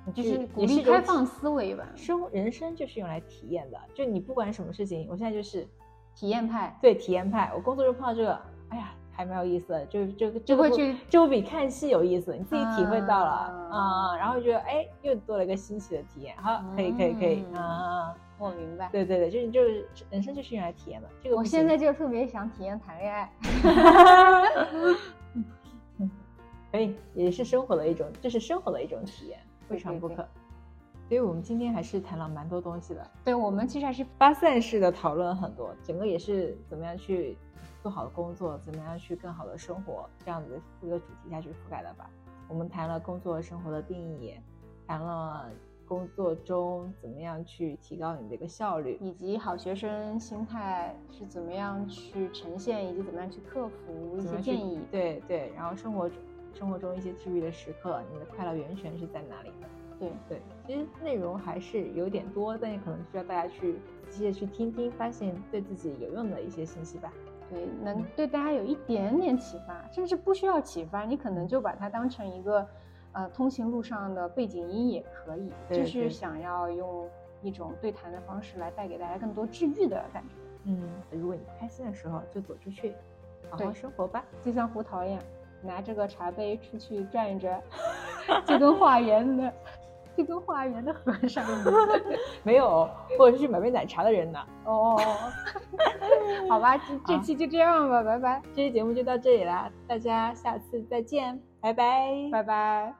S1: 你
S2: 就
S1: 去
S2: 是鼓
S1: 也
S2: 励
S1: 一种
S2: 开
S1: 体
S2: 放思维吧，
S1: 生活人生就是用来体验的，就你不管什么事情，我现在就是
S2: 体验派。
S1: 对体验派，我工作中碰到这个，哎呀，还蛮有意思的，就就就
S2: 会去
S1: 就比看戏有意思，你自己体会到了啊、
S2: 啊
S1: 然后觉得哎，又多了一个新奇的体验，好，可以可以可以
S2: 嗯
S1: 啊啊，啊
S2: 我明白。
S1: 对对对，就是就是人生就是用来体验的，这个
S2: 我
S1: 不
S2: 现
S1: 行
S2: 在就特别想体验谈恋爱，
S1: 可以，也是生活的一种，这是生活的一种体验，
S2: 对
S1: 非常
S2: 对
S1: 不
S2: 对
S1: 可。所以我们今天还是谈了蛮多东西的，
S2: 对我们其实还是
S1: 发散式的讨论很多，整个也是怎么样去做好工作，怎么样去更好的生活，这样子的一个主题下去覆盖的吧。我们谈了工作生活的定义，谈了工作中怎么样去提高你的一个效率，
S2: 以及好学生心态是怎么样去呈现，以及怎么样去克服一
S1: 怎么
S2: 些
S1: 样去
S2: 建议。
S1: 对对，然后生活中生活中一些治愈的时刻，你的快乐源泉是在哪里的？
S2: 对
S1: 对，其实内容还是有点多，但也可能需要大家去仔细的去听听，发现对自己有用的一些信息吧。
S2: 对，
S1: 嗯
S2: 能对大家有一点点启发，甚至不需要启发，你可能就把它当成一个，呃，通行路上的背景音也可以，就
S1: 对
S2: 是
S1: 对
S2: 想要用一种对谈的方式来带给大家更多治愈的感觉，
S1: 嗯，如果你不开心的时候，就走出去，好好
S2: 对
S1: 生活吧。
S2: 就像胡桃一样，拿这个茶杯出去转一转， 就跟化缘的，就跟化缘的和尚一样。
S1: 没有，或者是去买杯奶茶的人呢。
S2: 哦， 好吧，这这
S1: 好
S2: 期就这样吧，拜拜，
S1: 这期节目就到这里啦，大家下次再见，拜拜，
S2: 拜拜。